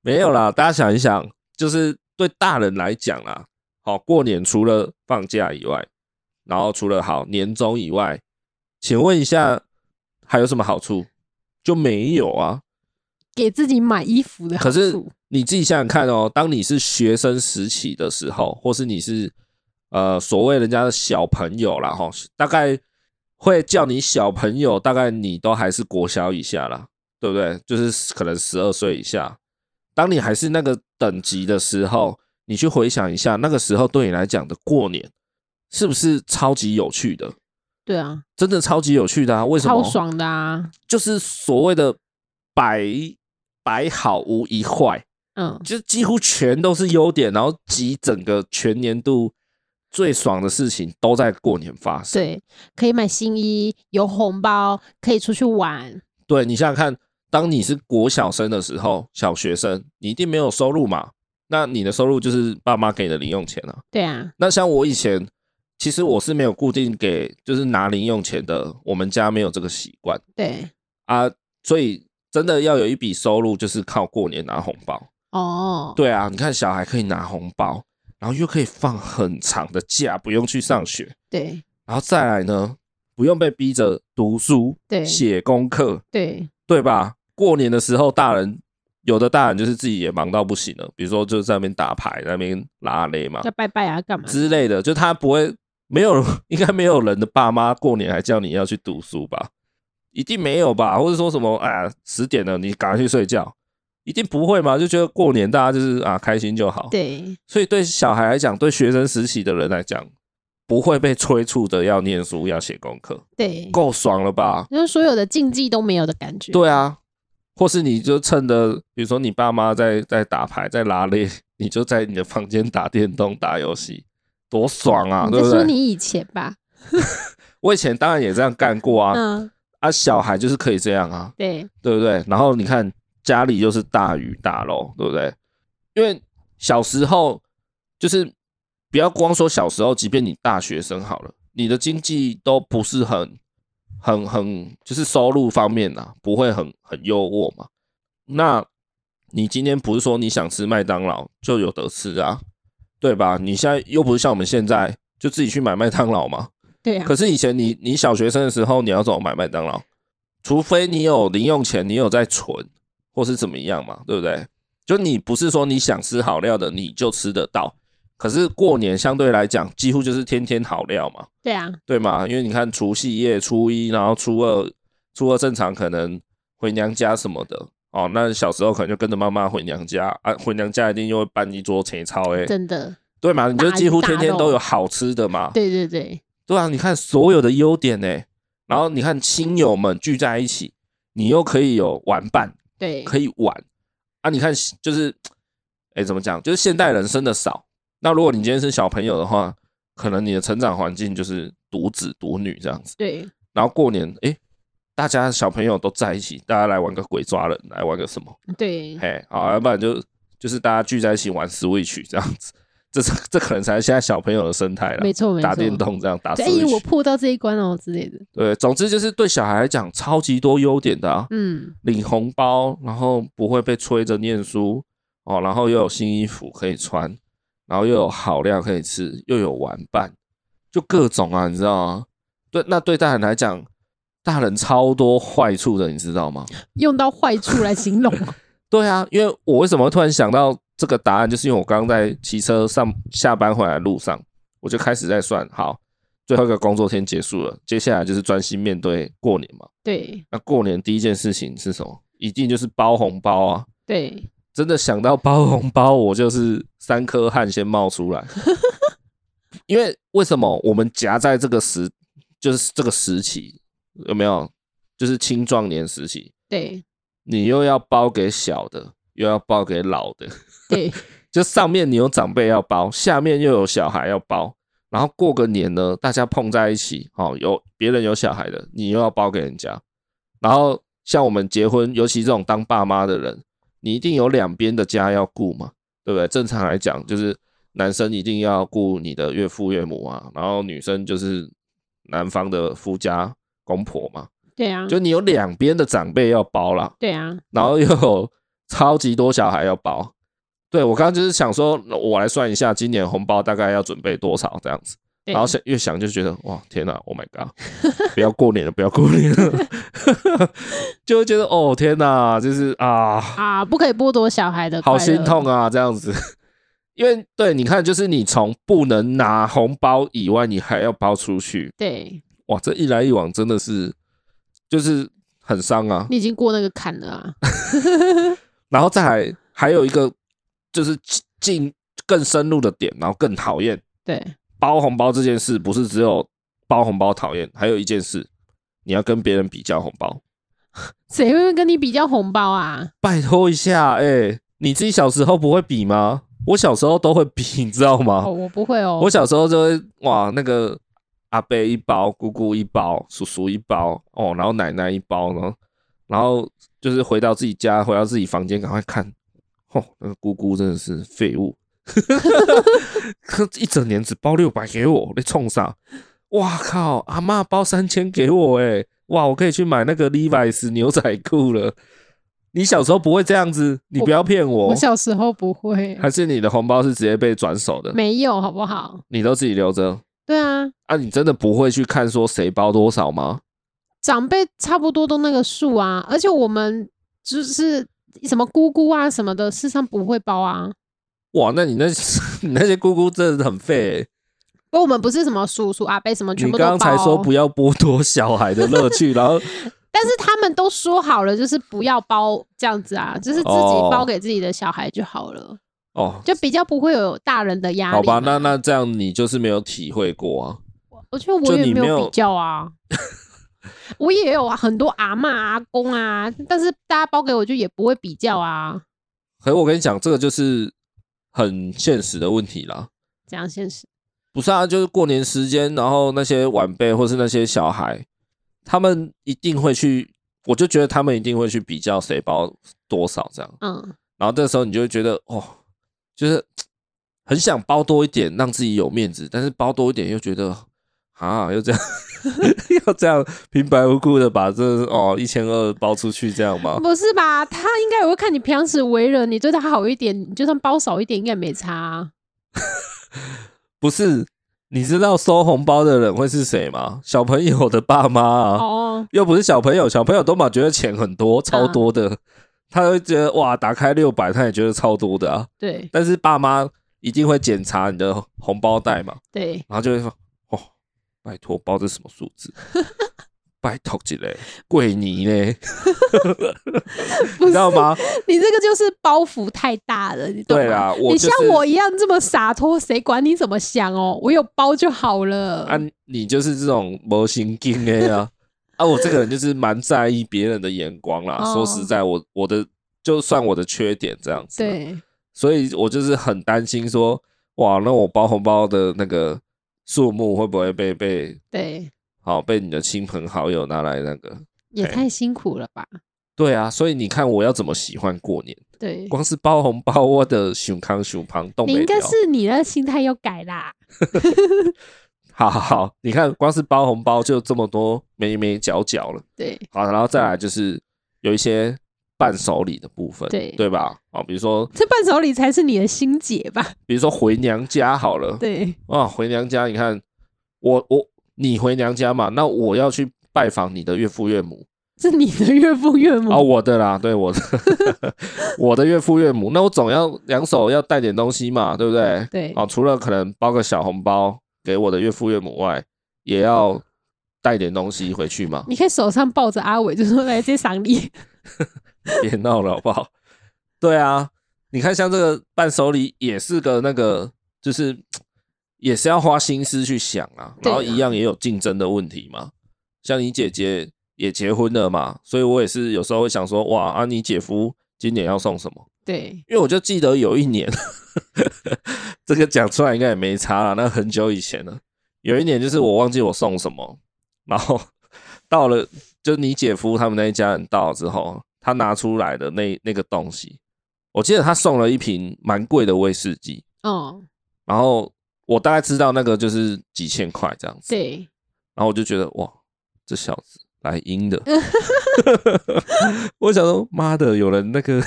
A: 没有啦，大家想一想，就是对大人来讲啦，好、过年除了放假以外，然后除了好年终以外，请问一下还有什么好处？就没有啊。
B: 给自己买衣服的好
A: 可是
B: 处，
A: 你自己想想看哦，当你是学生时期的时候，或是你是呃所谓人家的小朋友啦，哈，大概会叫你小朋友，大概你都还是国小以下啦，对不对？就是可能十二岁以下，当你还是那个等级的时候，你去回想一下，那个时候对你来讲的过年是不是超级有趣的？
B: 对啊，
A: 真的超级有趣的啊！为什么？
B: 超爽的啊，
A: 就是所谓的百百好无一坏。
B: 嗯，
A: 就是几乎全都是优点，然后集整个全年度最爽的事情都在过年发生。
B: 对，可以买新衣，有红包，可以出去玩，
A: 对你想想看，当你是国小生的时候，小学生，你一定没有收入嘛？那你的收入就是爸妈给的零用钱啊。
B: 对啊，
A: 那像我以前，其实我是没有固定给，就是拿零用钱的，我们家没有这个习惯
B: 对，
A: 啊，所以真的要有一笔收入，就是靠过年拿红包。
B: 哦，
A: 对啊，你看小孩可以拿红包，然后又可以放很长的假，不用去上学，
B: 对
A: 然后再来呢，不用被逼着读书、
B: 对
A: 写功课，
B: 对
A: 对吧？过年的时候，大人有的大人就是自己也忙到不行了，比如说就在那边打牌、在那边拉勒嘛
B: 要拜拜啊，干嘛？
A: 之类的，就他不会没有，应该没有人 的爸妈过年还叫你要去读书吧？一定没有吧？或者说什么啊，十点了，你赶快去睡觉，一定不会嘛？就觉得过年大家就是啊开心就好，
B: 对
A: 所以对小孩来讲，对学生时期的人来讲，不会被催促着要念书、要写功课，
B: 对，
A: 够爽了吧？
B: 就是所有的禁忌都没有的感觉。
A: 对啊，或是你就趁着，比如说你爸妈在在打牌在拉累，你就在你的房间打电动打游戏，多爽啊，
B: 你
A: 对
B: 在
A: 不
B: 嗯说
A: 对？
B: 你以前吧？
A: 我以前当然也这样干过啊，
B: 嗯，
A: 啊，小孩就是可以这样啊，
B: 对，
A: 对不对？然后你看家里又是大鱼大肉，对不对？因为小时候就是不要光说小时候，即便你大学生好了，你的经济都不是很、很、很，就是收入方面啊，不会很很优渥嘛。那你今天不是说你想吃麦当劳就有得吃啊，对吧？你现在又不是像我们现在就自己去买麦当劳嘛，
B: 对啊
A: 可，是以前你你小学生的时候，你要怎么买麦当劳？除非你有零用钱，你有在存，或是怎么样嘛，对不对？就你不是说你想吃好料的，你就吃得到。可是过年相对来讲，几乎就是天天好料嘛，
B: 对啊，
A: 对吗？因为你看除夕夜、初一，然后初二，初二正常可能回娘家什么的哦。那小时候可能就跟着妈妈回娘家啊，回娘家一定又会办一桌前超哎，
B: 真的，
A: 对嘛？你就
B: 大鱼
A: 几乎
B: 大
A: 天天
B: 肉
A: 都有好吃的嘛，
B: 对对对，
A: 对啊，你看所有的优点呢、然后你看亲友们聚在一起，你又可以有玩伴，
B: 对，
A: 可以玩啊。你看就是，哎，怎么讲？就是现代人生的少。那如果你今天是小朋友的话，可能你的成长环境就是独子独女这样子。
B: 对，
A: 然后过年，哎，大家小朋友都在一起，大家来玩个鬼抓人，来玩个什么？
B: 对，
A: 嘿，好，要不然就就是大家聚在一起玩 Switch 这样子。这是这可能才是现在小朋友的生态了，
B: 没错没错。
A: 打电动这样打
B: 对，
A: Switch。
B: 哎，我破到这一关哦之类的。
A: 对，总之就是对小孩来讲超级多优点的啊，
B: 嗯，
A: 领红包，然后不会被催着念书哦，然后又有新衣服可以穿，然后又有好料可以吃，又有玩伴，就各种啊，你知道吗？对，那对大人来讲，大人超多坏处的，你知道吗？
B: 用到坏处来形 容。
A: 对啊，因为我为什么会突然想到这个答案，就是因为我刚刚在骑车上下班回来的路上，我就开始在算，好，最后一个工作天结束了，接下来就是专心面对过年嘛。
B: 对
A: 那过年第一件事情是什么？一定就是包红包啊！
B: 对，
A: 真的想到包红包，我就是三颗汗先冒出来。因为为什么我们夹在这个时，就是这个时期有没有？就是青壮年时期，
B: 对
A: 你又要包给小的，又要包给老的，
B: 对
A: 就上面你有长辈要包，下面又有小孩要包，然后过个年呢，大家碰在一起，哦，有别人有小孩的，你又要包给人家，然后像我们结婚，尤其这种当爸妈的人，你一定有两边的家要顾嘛，对不对？正常来讲，就是男生一定要顾你的岳父岳母啊，然后女生就是男方的夫家公婆嘛，
B: 对啊，
A: 就你有两边的长辈要包啦，
B: 对啊，
A: 然后又有超级多小孩要包。对我刚刚就是想说，我来算一下今年红包大概要准备多少这样子，
B: 对啊
A: 然后想越想就觉得哇天哪，Oh my god，不要过年了，不要过年了， 就会觉得哦天哪，就是啊，
B: 啊，不可以剥夺小孩的，
A: 好心痛。啊这样子。因为对，你看，就是你从不能拿红包以外，你还要包出去，
B: 对
A: 哇，这一来一往真的是就是很伤啊。
B: 你已经过那个坎了啊。
A: 然后再来还有一个就是进更深入的点，然后更讨厌
B: 对
A: 包红包这件事，不是只有包红包讨厌，还有一件事，你要跟别人比较红包，
B: 谁会跟你比较红包啊？
A: 拜托一下，哎、你自己小时候不会比吗？我小时候都会比，你知道吗？
B: 哦，我不会哦。
A: 我小时候就会哇，那个阿伯一包，姑姑一包，叔叔一包，哦，然后奶奶一包，然后然后就是回到自己家，回到自己房间，赶快看，哦，那个姑姑真的是废物， 可一整年只包六百给我，你冲啥？哇靠！阿嬷包三千给我、欸，哇，我可以去买那个 Levi's 牛仔裤了。你小时候不会这样子，你不要骗我。
B: 我小时候不会，
A: 还是你的红包是直接被转手的，
B: 没有好不好？
A: 你都自己留着。
B: 对啊，
A: 啊，你真的不会去看说谁包多少吗？
B: 长辈差不多都那个数啊，而且我们就是什么姑姑啊什么的，事实上不会包啊。
A: 哇，那你那你那些 姑姑真的很废欸、
B: 不过我们不是什么叔叔阿伯什么，全
A: 你
B: 部都包、哦
A: 刚才说不，要剥夺小孩的乐趣，然后
B: 但是他们都说好了，就是不要包这样子啊，就是自己
A: 哦
B: 包给自己的小孩就好了，
A: 哦，
B: 就比较不会有大人的压力嘛。
A: 好吧，那那这样你就是没有体会过啊。
B: 我觉得
A: 就
B: 我也
A: 你
B: 没
A: 没有
B: 比较啊，我也有啊，很多阿嬷阿公啊，但是大家包给我就也不会比较啊，
A: 可是我跟你讲，这个就是很现实的问题啦。
B: 这样现实。
A: 不是啊，就是过年时间，然后那些晚辈或是那些小孩，他们一定会去，我就觉得他们一定会去比较谁包多少这样。
B: 嗯，
A: 然后这时候你就会觉得，哦，就是很想包多一点，让自己有面子，但是包多一点又觉得啊，又这样，要这样平白无故的把这哦一千二包出去这样吗？
B: 不是吧？他应该也会看你平常时为人，你对他好一点，你就算包少一点应该也没差、啊。
A: 不是，你知道收红包的人会是谁吗？小朋友的爸妈啊。
B: 哦，
A: 又不是小朋友，小朋友都嘛觉得钱很多，超多的，他会觉得哇，打开六百，他也觉得超多的啊。
B: 对
A: 但是爸妈一定会检查你的红包袋嘛，
B: 对，
A: 然后就会说哦，拜托，包这什么数字？ 拜托几嘞，跪你嘞，
B: 不
A: 你
B: 是
A: 知道吗？
B: 你这个就是包袱太大了，你懂吗
A: 对啦，我
B: 你
A: 就
B: 像
A: 是
B: 我一样这么洒脱，谁管你怎么想哦？我有包就好了。
A: 啊，你就是这种模型精的啊。啊，我这个人就是蛮在意别人的眼光啦。
B: 哦
A: 说实在，我我的就算我的缺点这样子啊，
B: 对，
A: 所以我就是很担心说，哇，那我包红包的那个数目会不会被被
B: 对，
A: 好被你的亲朋好友拿来那个？
B: 也
A: 对
B: 太辛苦了吧？
A: 对啊，所以你看我要怎么喜欢过年？
B: 对，
A: 光是包红包，我的熊康熊胖动
B: 你
A: 没
B: 应该
A: 了。
B: 是你的心态要改啦。
A: 好好好，你看光是包红包就这么多眉眉角角了。
B: 对
A: 好，然后再来就是有一些伴手礼的部分，
B: 对
A: 对吧？啊，比如说
B: 这伴手礼才是你的心结吧？
A: 比如说回娘家好了，
B: 对，
A: 啊，回娘家，你看我我你回娘家嘛，那我要去拜访你的岳父岳母
B: 是你的岳父岳母。
A: 啊、我的啦，对我的 我的岳父岳母，那我总要两手要带点东西嘛，对不对？
B: 对
A: 啊，除了可能包个小红包给我的岳父岳母外，也要带点东西回去嘛，
B: 你可以手上抱着阿伟，就说来这赏你。
A: 别闹了好不好？ 对啊，你看像这个伴手礼也是个那个，就是也是要花心思去想啊，
B: 对
A: 然
B: 啊
A: 后一样也有竞争的问题嘛。像你姐姐也结婚了嘛，所以我也是有时候会想说，哇啊，你姐夫今年要送什么？
B: 对，
A: 因为我就记得有一年， 这个讲出来应该也没差了，那很久以前了。有一年就是我忘记我送什么，然后到了就你姐夫他们那一家人到了之后，他拿出来的那那个东西，我记得他送了一瓶蛮贵的威士忌，
B: 哦，
A: 然后我大概知道那个就是几千块这样子，
B: 对，
A: 然后我就觉得哇，这小子来阴的， 我想说妈的，有人那个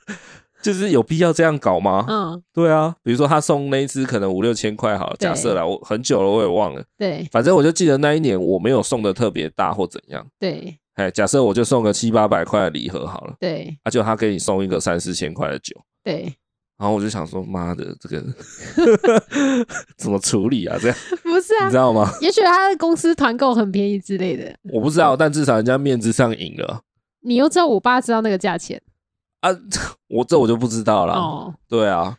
A: 就是有必要这样搞吗？
B: 嗯，
A: 对啊，比如说他送那一只可能五六千块好了，
B: 对
A: 假设啦，我很久了我也忘了，
B: 对
A: 反正我就记得那一年我没有送的特别大或怎样，
B: 对
A: 哎，假设我就送个七八百块的礼盒好了，
B: 对
A: 啊，就他给你送一个三四千块的酒，
B: 对，
A: 然后我就想说，妈的，这个 怎么处理啊？这样
B: 不是
A: 你
B: 啊
A: 知，道吗？
B: 也许他的公司团购很便宜之类的。
A: 我不知道，但至少人家面子上赢了
B: 你又知道我爸知道那个价钱
A: 啊，我这我就不知道啦。
B: 哦，
A: 对啊，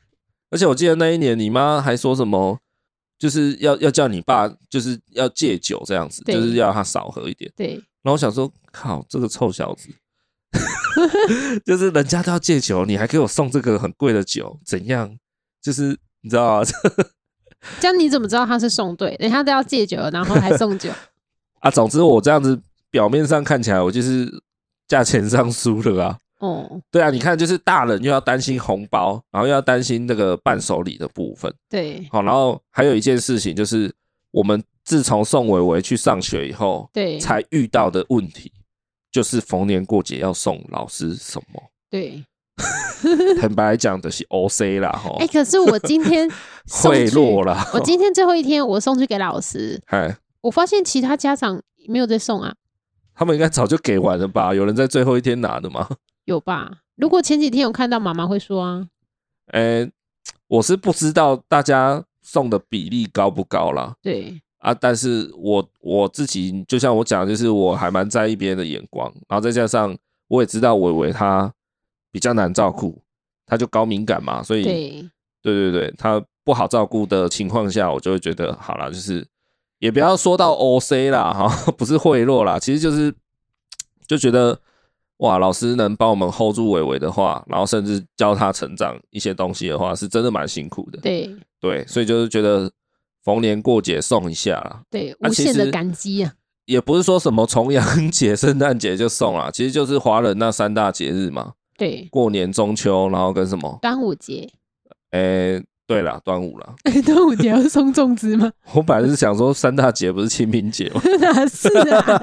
A: 而且我记得那一年你妈还说什么，就是要要叫你爸，就是要戒酒这样子，
B: 对
A: 就是要他少喝一点。
B: 对
A: 然后我想说，靠，这个臭小子， 就是人家都要戒酒，你还给我送这个很贵的酒，怎样？就是你知道啊，
B: 这样你怎么知道他是送对？人家都要戒酒了，然后还 送酒，
A: 啊，总之我这样子表面上看起来我就是价钱上输了啊。
B: 哦，
A: 对啊，你看，就是大人又要担心红包，然后又要担心那个伴手礼的部分。
B: 对
A: 好，然后还有一件事情就是，我们自从宋伟伟去上学以后，
B: 对
A: 才遇到的问题，就是逢年过节要送老师什么。
B: 对。
A: 坦白来讲的是 O C 啦，吼
B: 哎、，可是我今天送
A: 哦 贿
B: 去
A: 赂啦，
B: 我今天最后一天，我送去给老师，
A: 哎，
B: 我发现其他家长没有在送啊，
A: 他们应该早就给完了吧？有人在最后一天拿的吗？
B: 有吧？如果前几天有看到，妈妈会说啊，
A: 哎，我是不知道大家送的比例高不高啦。
B: 对
A: 啊，但是我我自己就像我讲的，就是我还蛮在意别人的眼光，然后再加上我也知道伟伟他比较难照顾，他就高敏感嘛，所以
B: 对
A: 对对对，他不好照顾的情况下，我就会觉得好啦，就是也不要说到 OC 啦，哈， 不是贿赂啦，其实就是就觉得哇，老师能帮我们 hold 住伟伟的话，然后甚至教他成长一些东西的话，是真的蛮辛苦的。
B: 对
A: 对，所以就是觉得逢年过节送一下啦，
B: 对，
A: 啊
B: 无
A: 其
B: 限的
A: 实
B: 感激啊，
A: 也不是说什么重阳 节、圣诞节就送啦，其实就是华人那三大节日嘛，
B: 对，
A: 过年、中秋，然后跟什么？
B: 端午节，
A: 诶、对啦，端午啦。
B: 端午节要送粽子吗？
A: 我本来是想说三大节不是清明节吗？
B: 哪是啊？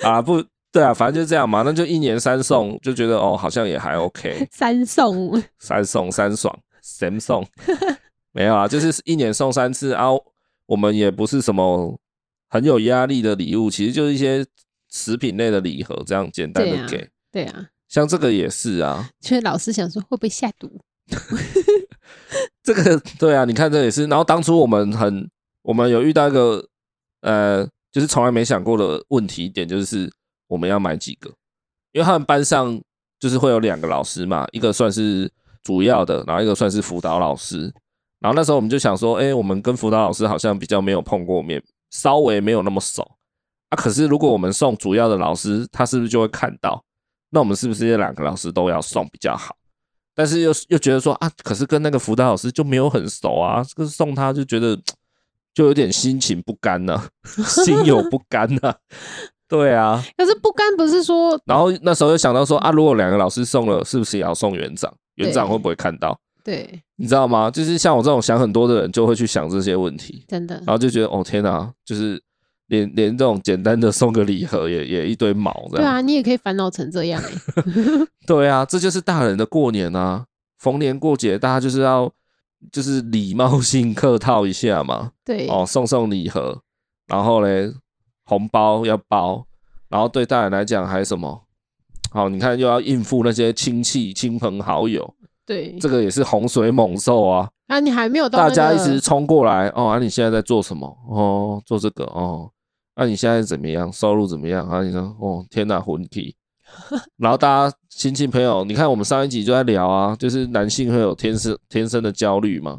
A: 啊，不对啊，反正就这样嘛，那就一年三送，就觉得哦，好像也还 OK，
B: 三送，
A: 三送三爽，神送 没有啊，就是一年送三次啊。我们也不是什么很有压力的礼物，其实就是一些食品类的礼盒，这样简单
B: 对啊
A: 的给。
B: 对啊，
A: 像这个也是啊，
B: 所以老师想说会不会下毒？
A: 这个对啊，你看这也是。然后当初我们很，我们有遇到一个呃，就是从来没想过的问题点，就是我们要买几个，因为他们班上就是会有两个老师嘛，一个算是主要的，然后一个算是辅导老师。然后那时候我们就想说，哎、我们跟辅导老师好像比较没有碰过面，稍微没有那么熟啊。可是如果我们送主要的老师，他是不是就会看到？那我们是不是这两个老师都要送比较好？但是又又觉得说啊，可是跟那个辅导老师就没有很熟啊，这个送他就觉得就有点心情不甘呐、 心有不甘呐、对啊，
B: 可是不甘不是说
A: 然后那时候又想到说啊，如果两个老师送了，是不是也要送园长？园长
B: 对
A: 会不会看到？
B: 对，
A: 你知道吗？就是像我这种想很多的人，就会去想这些问题，
B: 真的
A: 然后就觉得哦天哪，就是连连这种简单的送个礼盒也也一堆毛这
B: 对
A: 样。
B: 啊，你也可以烦恼成这样欸
A: 对啊，这就是大人的过年啊，逢年过节大家就是要就是礼貌性客套一下嘛，
B: 对
A: 哦，送送礼盒，然后嘞红包要包，然后对大人来讲还有什么？好，你看又要应付那些亲戚、亲朋好友，
B: 对，
A: 这个也是洪水猛兽啊！
B: 啊，你还没有到
A: 大
B: 那
A: 家一
B: 个
A: 直冲过来哦，啊，你现在在做什么？哦，做这个哦，那、你现在怎么样？收入怎么样？啊，你说哦，天哪，魂 体。然后大家亲戚朋友，你看我们上一集就在聊啊，就是男性会有天生天生的焦虑嘛。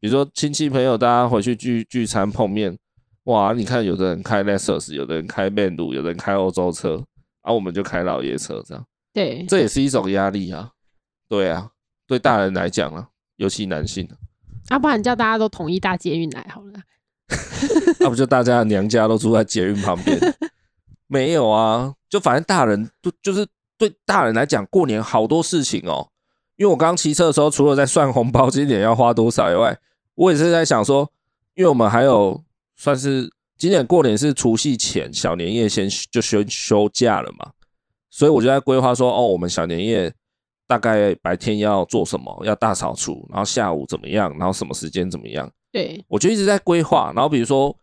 A: 比如说亲戚朋友，大家回去聚聚餐碰面，哇，你看有的人开 Lexus，有的人开曼鲁，有的人开欧洲车，啊，我们就开老爷车这样。
B: 对
A: 这也是一种压力啊。对啊，对大人来讲啊，尤其男性、啊，
B: 啊，不然叫大家都统一搭捷运来好了。
A: 那啊不就大家的娘家都住在捷运旁边？没有啊，就反正大人就就是对大人来讲，过年好多事情哦。因为我刚刚骑车的时候，除了在算红包今年要花多少以外，我也是在想说，因为我们还有算是今年过年是除夕前小年夜先休就先休假了嘛，所以我就在规划说，哦，我们小年夜大概白天要做什么，要大扫除，然后下午怎么样，然后什么时间怎么样。
B: 对
A: 我就一直在规划。然后比如说，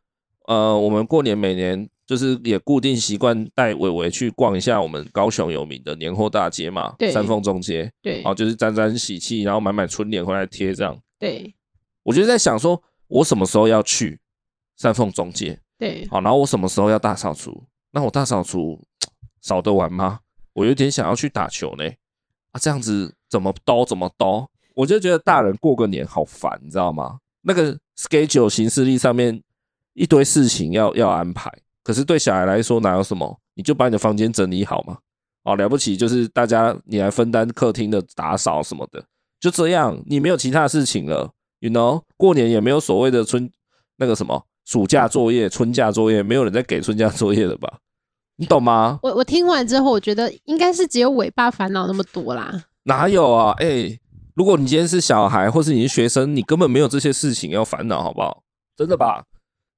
A: 呃，我们过年每年就是也固定习惯带伟伟去逛一下我们高雄有名的年货大街嘛，
B: 对
A: 三凤中街，
B: 对
A: 然后就是沾沾喜气，然后买买春联回来贴这样。
B: 对
A: 我就在想说，我什么时候要去三凤中街？
B: 对，
A: 好，然后我什么时候要大扫除？那我大扫除扫得完吗？我有点想要去打球呢。啊，这样子怎么兜怎么兜？我就觉得大人过个年好烦，你知道吗？那个 schedule 行事历上面一堆事情要要安排，可是对小孩来说哪有什么？你就把你的房间整理好嘛。哦，了不起就是大家你来分担客厅的打扫什么的，就这样，你没有其他事情了，you know，过年也没有所谓的春那个什么暑假作业、春假作业，没有人在给春假作业了吧？你懂吗？
B: 我我听完之后，我觉得应该是只有尾巴烦恼那么多啦。
A: 哪有啊？哎、如果你今天是小孩，或是你是学生，你根本没有这些事情要烦恼，好不好？真的吧？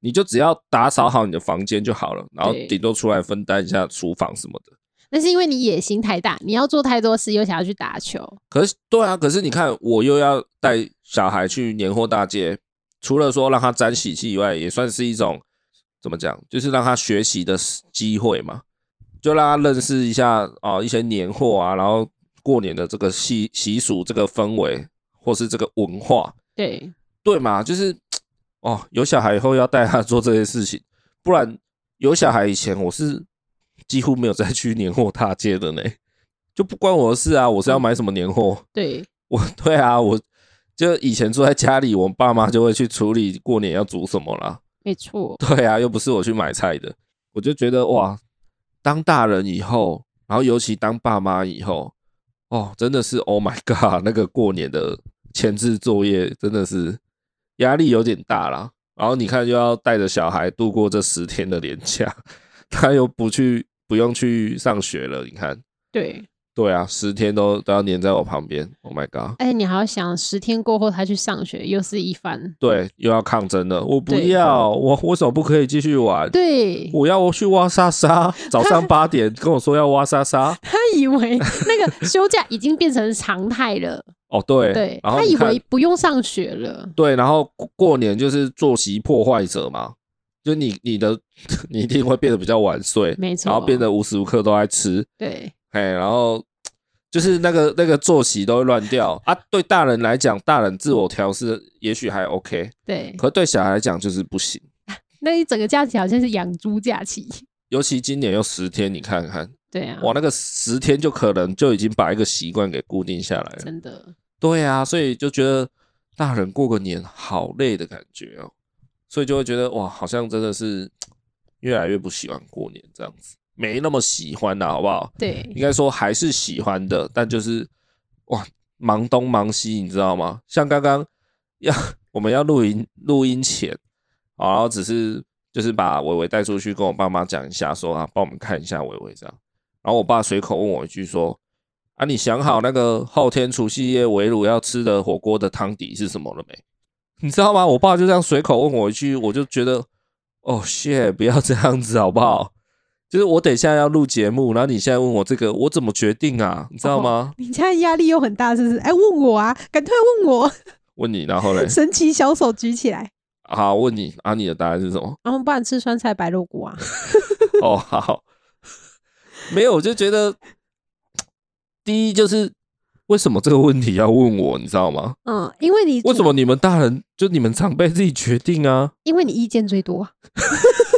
A: 你就只要打扫好你的房间就好了，然后
B: 对
A: 顶多出来分担一下厨房什么的。
B: 那是因为你野心太大，你要做太多事，又想要去打球。
A: 可是，对啊，可是你看，我又要带小孩去年货大街，除了说让他沾喜气以外，也算是一种怎么讲，就是让他学习的机会嘛，就让他认识一下啊、哦一些年货啊，然后过年的这个习习俗、这个氛围，或是这个文化，
B: 对
A: 对嘛？就是哦，有小孩以后要带他做这些事情，不然有小孩以前我是几乎没有再去年货大街的呢，就不关我的事啊，我是要买什么年货。
B: 对
A: 我对啊，我就以前住在家里，我爸妈就会去处理过年要煮什么啦。
B: 没错，
A: 对啊，又不是我去买菜的，我就觉得哇，当大人以后，然后尤其当爸妈以后，哦，真的是 Oh my God，那个过年的前置作业真的是压力有点大啦。然后你看，又要带着小孩度过这十天的年假， 他又不去，不用去上学了。你看，
B: 对。
A: 对啊，十天都都要黏在我旁边。Oh my God，
B: 而且哎你还要想，十天过后他去上学又是一番。
A: 对，又要抗争了。我不
B: 对
A: 要，我我为什么不可以继续玩？
B: 对，
A: 我要去挖沙 沙，早上八点跟我说要挖沙沙。
B: 他以为那个休假已经变成常态了，
A: 哦，对，
B: 对
A: 然后
B: 他
A: 你
B: 以
A: 看
B: 为不用上学了，
A: 对，然后过过年就是作息破坏者嘛，就你你的 你一定会变得比较晚睡，
B: 没错
A: 然后变得无时无刻都在吃，
B: 对
A: 哎，然后就是那个那个作息都会乱掉啊。对大人来讲，大人自我调试也许还 OK，
B: 对，
A: 可是对小孩来讲就是不行。
B: 那一整个假期好像是养猪假期，
A: 尤其今年又十天，你看看，
B: 对啊，
A: 哇，那个十天就可能就已经把一个习惯给固定下来了。
B: 真的，
A: 对啊，所以就觉得大人过个年好累的感觉哦，所以就会觉得哇，好像真的是越来越不喜欢过年这样子，没那么喜欢了，好不好？
B: 对
A: 应该说还是喜欢的，但就是哇，忙东忙西，你知道吗？像刚刚要 我们要录音录音前，啊然后只是就是把伟伟带出去，跟我爸妈讲一下说啊，帮我们看一下伟伟这样。然后我爸随口问我一句说：“啊，你想好那个后天除夕夜围炉要吃的火锅的汤底是什么了没？” 你知道吗？我爸就这样随口问我一句，我就觉得哦，shit，不要这样子好不好？就是我等一下要录节目，然后你现在问我这个，我怎么决定啊？你知道吗？
B: 你现在压力又很大，是不是？哎，问我啊，赶快 问我，，
A: 问你，然后嘞
B: 神奇小手举起来，
A: 好，问你啊，你的答案是什么？
B: 然后不然吃酸菜白肉锅啊，
A: 哦，好， 没有，我就觉得第一就是为什么这个问题要问我，你知道吗？
B: 嗯，因为你
A: 为什么你们大人就你们长辈自己决定 啊？
B: 因为你意见 最多啊，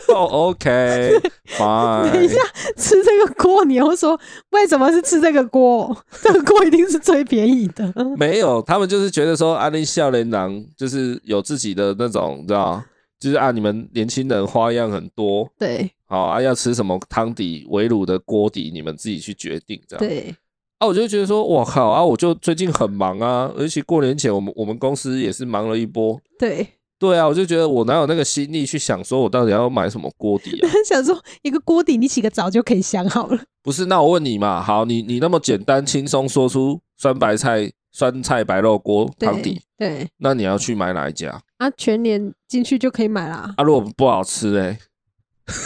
A: 哦，OK，fine，
B: 等一下吃这个锅，你又说为什么是吃这个锅？ 这个锅一定是最便宜的，
A: 没有，他们就是觉得说，啊，那笑脸郎就是有自己的那种，你知道，就是啊，你们年轻人花样很多，
B: 对
A: 好啊，要吃什么汤底、围炉的锅底，你们自己去决定，这样。
B: 对
A: 啊，我就觉得说，我靠啊，我就最近很忙啊，而且过年前我们我们公司也是忙了一波。
B: 对，
A: 对啊，我就觉得我哪有那个心力去想说我到底要买什么锅底啊？
B: 想说一个锅底，你洗个澡就可以想好了。
A: 不是，那我问你嘛，好，你你那么简单轻松说出酸白菜酸菜白肉锅汤底，
B: 对
A: 那你要去买哪一家？
B: 啊，全年进去就可以买啦，
A: 啊，如果不好吃哎、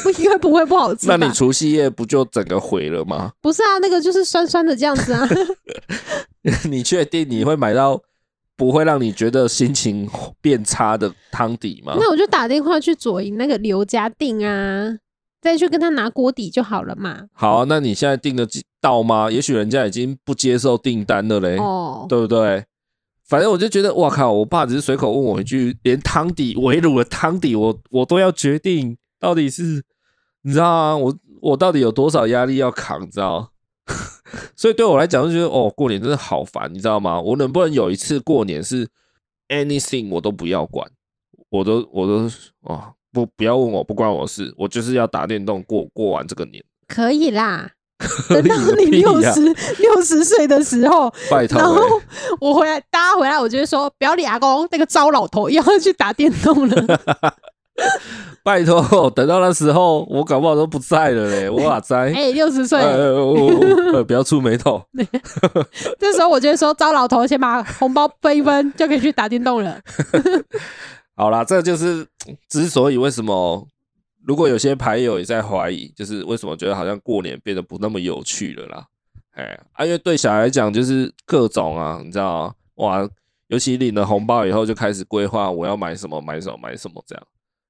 B: 不应该不会不好吃
A: 那
B: 吧？
A: 你除夕夜不就整个毁了吗？
B: 不是啊，那个就是酸酸的这样子啊，
A: 你确定你会买到不会让你觉得心情变差的汤底吗？
B: 那我就打电话去左营那个刘家定啊，再去跟他拿锅底就好了嘛。
A: 好、那你现在订的到吗？也许人家已经不接受订单了嘞，
B: 哦，
A: 对不对？反正我就觉得，哇靠！我爸只是随口问我一句，连汤底围炉的汤底我，我都要决定，到底是你知道啊？我我到底有多少压力要扛，你知道？ 所以对我来讲，就觉得哦，过年真的好烦，你知道吗？我能不能有一次过年是 anything 我都不要管，我都我都哦不不要问我，不关我的事，我就是要打电动过过完这个年。
B: 可以啦。
A: 以
B: 等到你
A: 个屁
B: 六
A: 呀
B: 十六十岁的时候，
A: 拜托、
B: 然后
A: 欸，
B: 我回来，大家回来，我就会说，表里阿公那个糟老头又要去打电动了。
A: 拜托，等到那时候，我搞不好都不在了嘞， 我哪在？
B: 哎，六十岁，
A: 呃我我我呃不要触眉头。
B: 这时候我就会说，糟老头先把红包分一分，就可以去打电动了。
A: 好啦，这就是之所以为什么，如果有些牌友也在怀疑，就是为什么觉得好像过年变得不那么有趣了啦。哎，啊，因为对小孩来讲就是各种啊，你知道啊哇，尤其领了红包以后就开始规划我要买什么买什么买什么这样，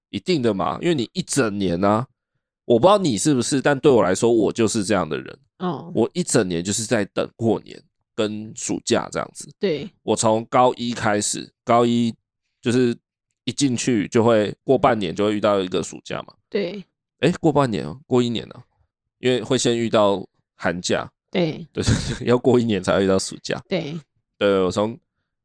A: 一定的嘛，因为你一整年呢、啊，我不知道你是不是，但对我来说我就是这样的人，
B: 哦，
A: 我一整年就是在等过年跟暑假这样子。
B: 对，
A: 我从高一开始，高一就是一进去就会过半年就会遇到一个暑假嘛，
B: 对，
A: 诶，过半年哦，过一年哦，因为会先遇到寒假，
B: 对，
A: 对对对，要过一年才会遇到暑假。
B: 对，
A: 对，我从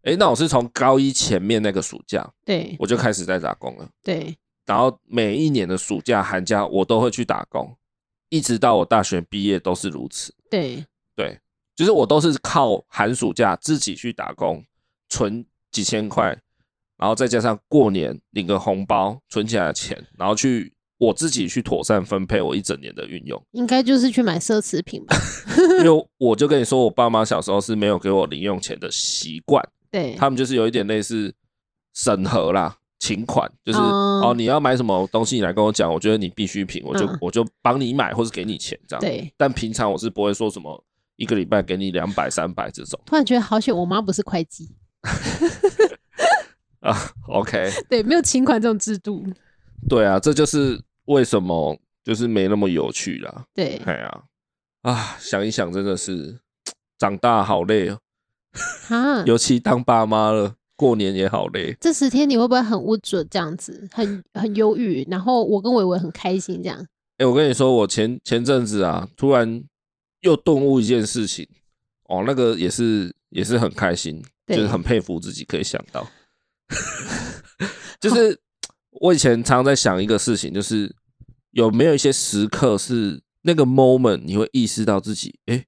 A: 诶，那我是从高一前面那个暑假
B: 对，
A: 我就开始在打工了，
B: 对，
A: 然后每一年的暑假、寒假我都会去打工，一直到我大学毕业都是如此。
B: 对，
A: 就是我都是靠寒暑假自己去打工，存几千块，然后再加上过年领个红包存起来的钱，然后去我自己去妥善分配我一整年的运 用。
B: 应该就是去买奢侈品吧？
A: 因为我就跟你说，我爸妈小时候是没有给我零用钱的习惯，
B: 对，
A: 他们就是有一点类似审核啦。请款就是、
B: 嗯
A: 哦，你要买什么东西，你来跟我讲，我觉得你必需品，我就、
B: 嗯
A: 我就帮你买，或是给你钱这样。
B: 对，
A: 但平常我是不会说什么一个礼拜给你两百、三百 这种。
B: 突然觉得好险，我妈不是会计，
A: 啊，OK，
B: 对，没有请款这种制度，
A: 对啊，这就是为什么就是没那么有趣啦。
B: 对，
A: 哎呀、啊，想一想真的是长大好累哦，
B: 哈，
A: 尤其当爸妈了，过年也好累。
B: 这十天你会不会很无助这样子，很很忧郁？然后我跟伟伟很开心这样，
A: 哎、我跟你说，我前前阵子啊，突然又顿悟一件事情，哦，那个也是也是很开心，就
B: 对
A: 是很佩服自己可以想到， 就是我以前常在想一个事情，就是有没有一些时刻是那个 moment 你会意识到自己，哎、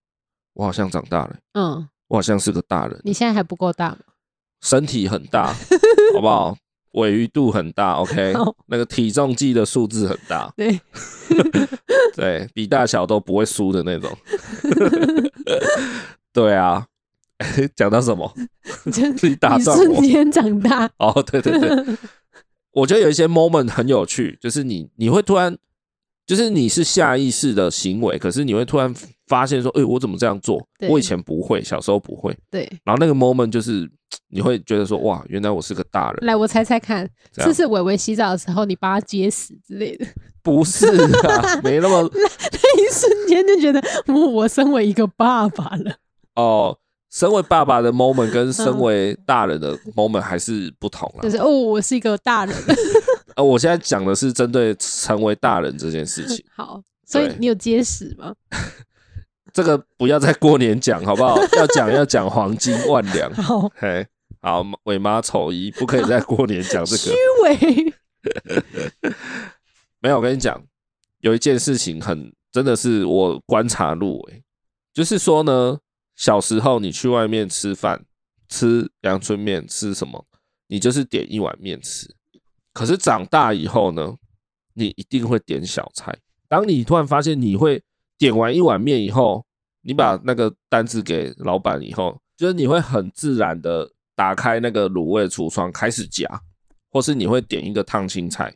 A: 我好像长大了，
B: 嗯，
A: 我好像是个大人，
B: 你现在还不够大吗？
A: 身体很大，好不 好？尾鱼度很大，OK，
B: 好
A: 那个体重计的数字很大，
B: 对，
A: 对比大小都不会输的那种。 对啊，讲到什么？
B: 真
A: 自己打
B: 你
A: 仗
B: 瞬
A: 我。
B: 间长大，
A: 哦，对对对，我觉得有一些 moment 很有趣，就是你你会突然，就是你是下意识的行为，可是你会突然发现说，哎、我怎么这样做？
B: 对
A: 我以前不会，小时候不会。
B: 对，
A: 然后那个 moment 就是你会觉得说，哇，原来我是个大人。
B: 来，我猜猜看，
A: 这
B: 是不
A: 样
B: 是伟伟洗澡的时候你把他接死之类的？
A: 不是啊，没那么
B: 那一瞬间就觉得，我我身为一个爸爸了，
A: 哦。身为爸爸 的 moment 跟身为大人的 moment 还是不同啦。
B: 就是哦，我是一个大人了。
A: 呃，我现在讲的是针对成为大人这件事 情，
B: 好，所以
A: 对
B: 你有接死 吗？
A: 这个不要在过年讲，好不好？要讲要讲黄金万两，
B: 好，
A: 嘿，好，尾妈丑一不可以在过年讲这
B: 虚
A: 个。
B: 伪，
A: 没有，我跟你讲，有一件事情很真的是我观察入微，就是说呢，小时候你去外面吃饭，吃阳春面，吃什么，你就是点一碗面吃。可是长大以后呢，你一定会点小菜。当你突然发现你会点完一碗面以后，你把那个单子给老板以后，就是你会很自然的打开那个卤味橱窗开始夹，或是你会点一个烫青菜，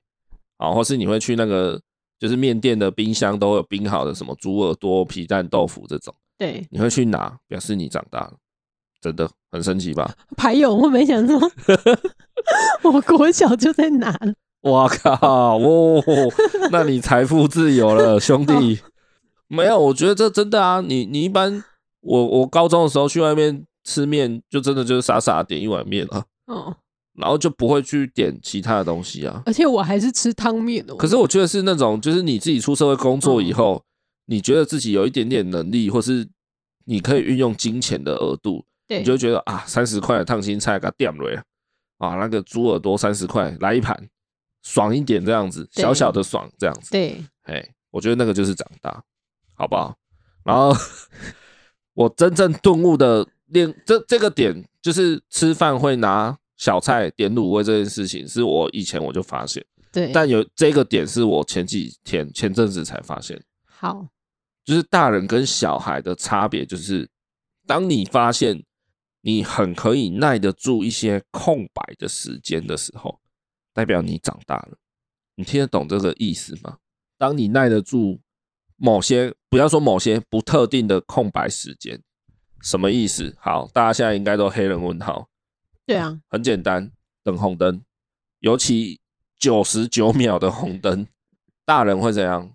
A: 啊，或是你会去那个就是面店的冰箱都有冰好的什么猪耳朵、皮蛋豆腐这种，
B: 对，
A: 你会去拿，表示你长大了，真的很神奇 吧？
B: 牌友，我没想说， 我国小就在拿了，
A: 我靠，哦， 那你财富自由了，兄弟。 没有，我觉得这真的啊，你你一般我我高中的时候去外面吃面，就真的就是傻傻地点一碗面啊，
B: 哦，
A: 然后就不会去点其他的东西啊。
B: 而且我还是吃汤面哦。
A: 可是我觉得是那种，就是你自己出社会工作以
B: 嗯
A: 后，你觉得自己有一点点能力，或是你可以运用金钱的额度，
B: 对
A: 你就会觉得啊，三十块的烫青菜给它垫了啊，那个猪耳朵三十块来一盘，爽一点这样子，
B: 对
A: 小小的爽这样子。
B: 对，
A: 哎，我觉得那个就是长大，好不好？然 后我真正顿悟的练这这个点，就是吃饭会拿小菜点卤味这件事情，是我以前我就发现。
B: 对，
A: 但有这个点是我前几天前阵子才发现，
B: 好，
A: 就是大人跟小孩的差别，就是当你发现你很可以耐得住一些空白的时间的时候，代表你长大了。你听得懂这个意思吗？当你耐得住某些，不要说某些不特定的空白时间，什么意思？好，大家现在应该都黑人问号，
B: 对啊，
A: 很简单，等红灯，尤其九十九 秒的红灯，大人会怎样？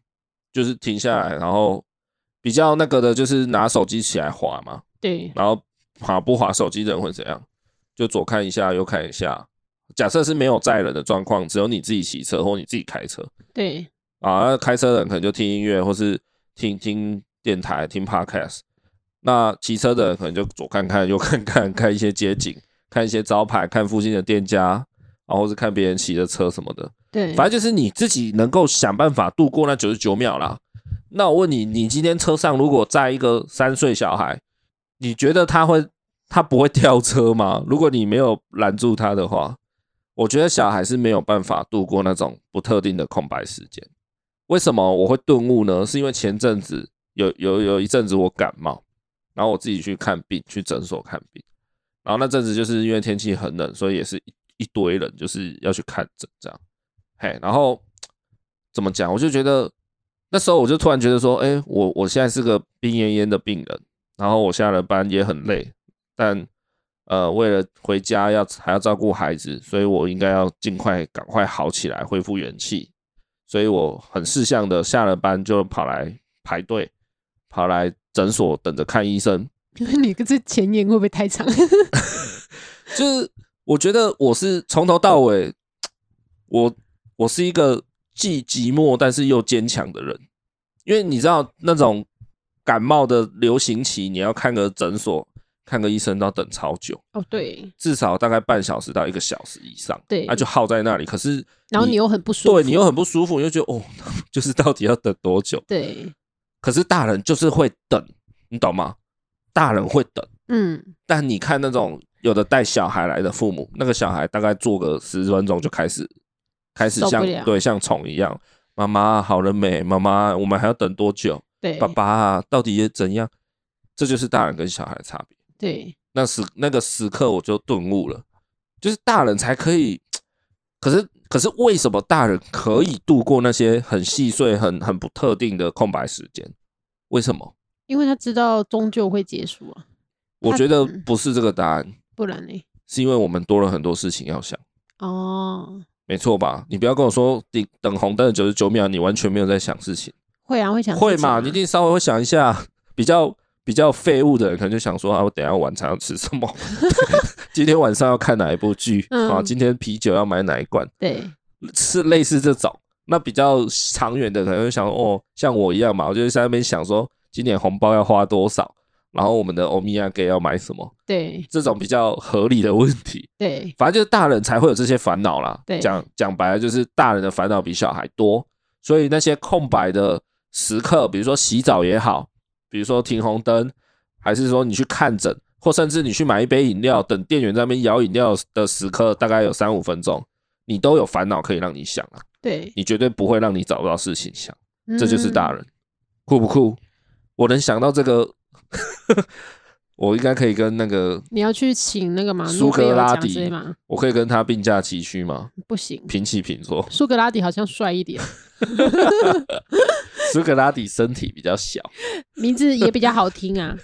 A: 就是停下来，然后比较那个的，就是拿手机起来划嘛，
B: 对，
A: 然后划不划手机的人会怎样？就左看一下，右看一下。假设是没有载人的状况，只有你自己骑车或你自己开车
B: 对，
A: 啊，那开车的人可能就听音乐或是听听电台、听 podcast。那骑车的人可能就左看看、右看看，看一啊些街景，看一些招牌，看附近的店家，然后是看别人骑的车什么的。
B: 对，
A: 反正就是你自己能够想办法度过那九十九秒啦。那我问你，你今天车上如果载一个三岁小孩，你觉得他会他不会跳车吗？ 如果你没有拦住他的话，我觉得小孩是没有办法度过那种不特定的空白时间。为什么我会顿悟呢？是因为前阵子有有有一阵子我感冒，然后我自己去看病，去诊所看病，然后那阵子就是因为天气很冷，所以也是一一堆人就是要去看诊这样。嘿，然后怎么讲？我就觉得那时候我就突然觉得说，哎、我我现在是个病恹恹的病人，然后我下了班也很累，但呃，为了回家要还要照顾孩子，所以我应该要尽快赶快好起来，恢复元气。所以我很识相的下了班就跑来排队，跑来诊所等着看医生。
B: 你这前言会不会太长？
A: 就是我觉得我是从头到尾，我我是一个既寂寞但是又坚强的人，因为你知道那种感冒的流行期，你要看个诊所、看个医生都要等超久，
B: 哦，对，
A: 至少大概半小时到一个小时以上，
B: 对
A: 啊那、就耗在那里。可是
B: 然后你又很不舒服，
A: 对你又很不舒服，你就觉得哦， 就是到底要等多久？
B: 对，
A: 可是大人就是会等，你懂吗？大人会等。
B: 嗯，
A: 但你看那种有的带小孩来的父母，那个小孩大概坐个十分钟就开始开始
B: 受不
A: 像
B: 了
A: 对像虫一样，妈妈好了没？妈妈，我们还要等多久？
B: 对，
A: 爸爸、啊、到底也怎样？这就是大人跟小孩的差别。
B: 对，
A: 那时那个时刻我就顿悟了，就是大人才可以，可是可是为什么大人可以度过那些很细碎、很很不特定的空白时间？为什么？
B: 因为他知道终究会结束啊，
A: 我
B: 他
A: 觉得
B: 嗯
A: 不是这个答案，
B: 不然呢？
A: 是因为我们多了很多事情要想。
B: 哦，
A: 没错吧？你不要跟我说你等红灯的九十九秒，你完全没有在想事情，
B: 会啊，会想
A: 会
B: 事情啊
A: 嘛？你一定稍微会想一下。比较比较废物的人，可能就想说啊，我等一下晚餐要吃什么？ 今天晚上要看哪一部剧？
B: 嗯
A: 啊，今天啤酒要买哪一罐？
B: 对
A: 是类似这种。那比较长远的，可能就想说哦，像我一样嘛，我就在那边想说，今年红包要花多少，然后我们的欧米亚给要买什么，
B: 对
A: 这种比较合理的问题。
B: 对
A: 反正就是大人才会有这些烦恼啦。
B: 对
A: 讲讲白了就是大人的烦恼比小孩多，所以那些空白的时刻，比如说洗澡也好，比如说停红灯，还是说你去看诊，或甚至你去买一杯饮料，等店员在那边摇饮料的时刻，大概有三五分钟，你都有烦恼可以让你想啊，
B: 对，
A: 你绝对不会让你找不到事情想，这就是大
B: 嗯
A: 人，酷不酷？我能想到这个， 我应该可以跟那个，
B: 你要去请那个嘛，
A: 苏
B: 诺贝
A: 格
B: 尔
A: 拉
B: 奖之
A: 底
B: 类嘛，
A: 我可以跟他并驾齐驱吗？
B: 不行，
A: 平起平坐。
B: 苏格拉底好像帅一点，
A: 苏格拉底身体比较小
B: 名字也比较好 听啊。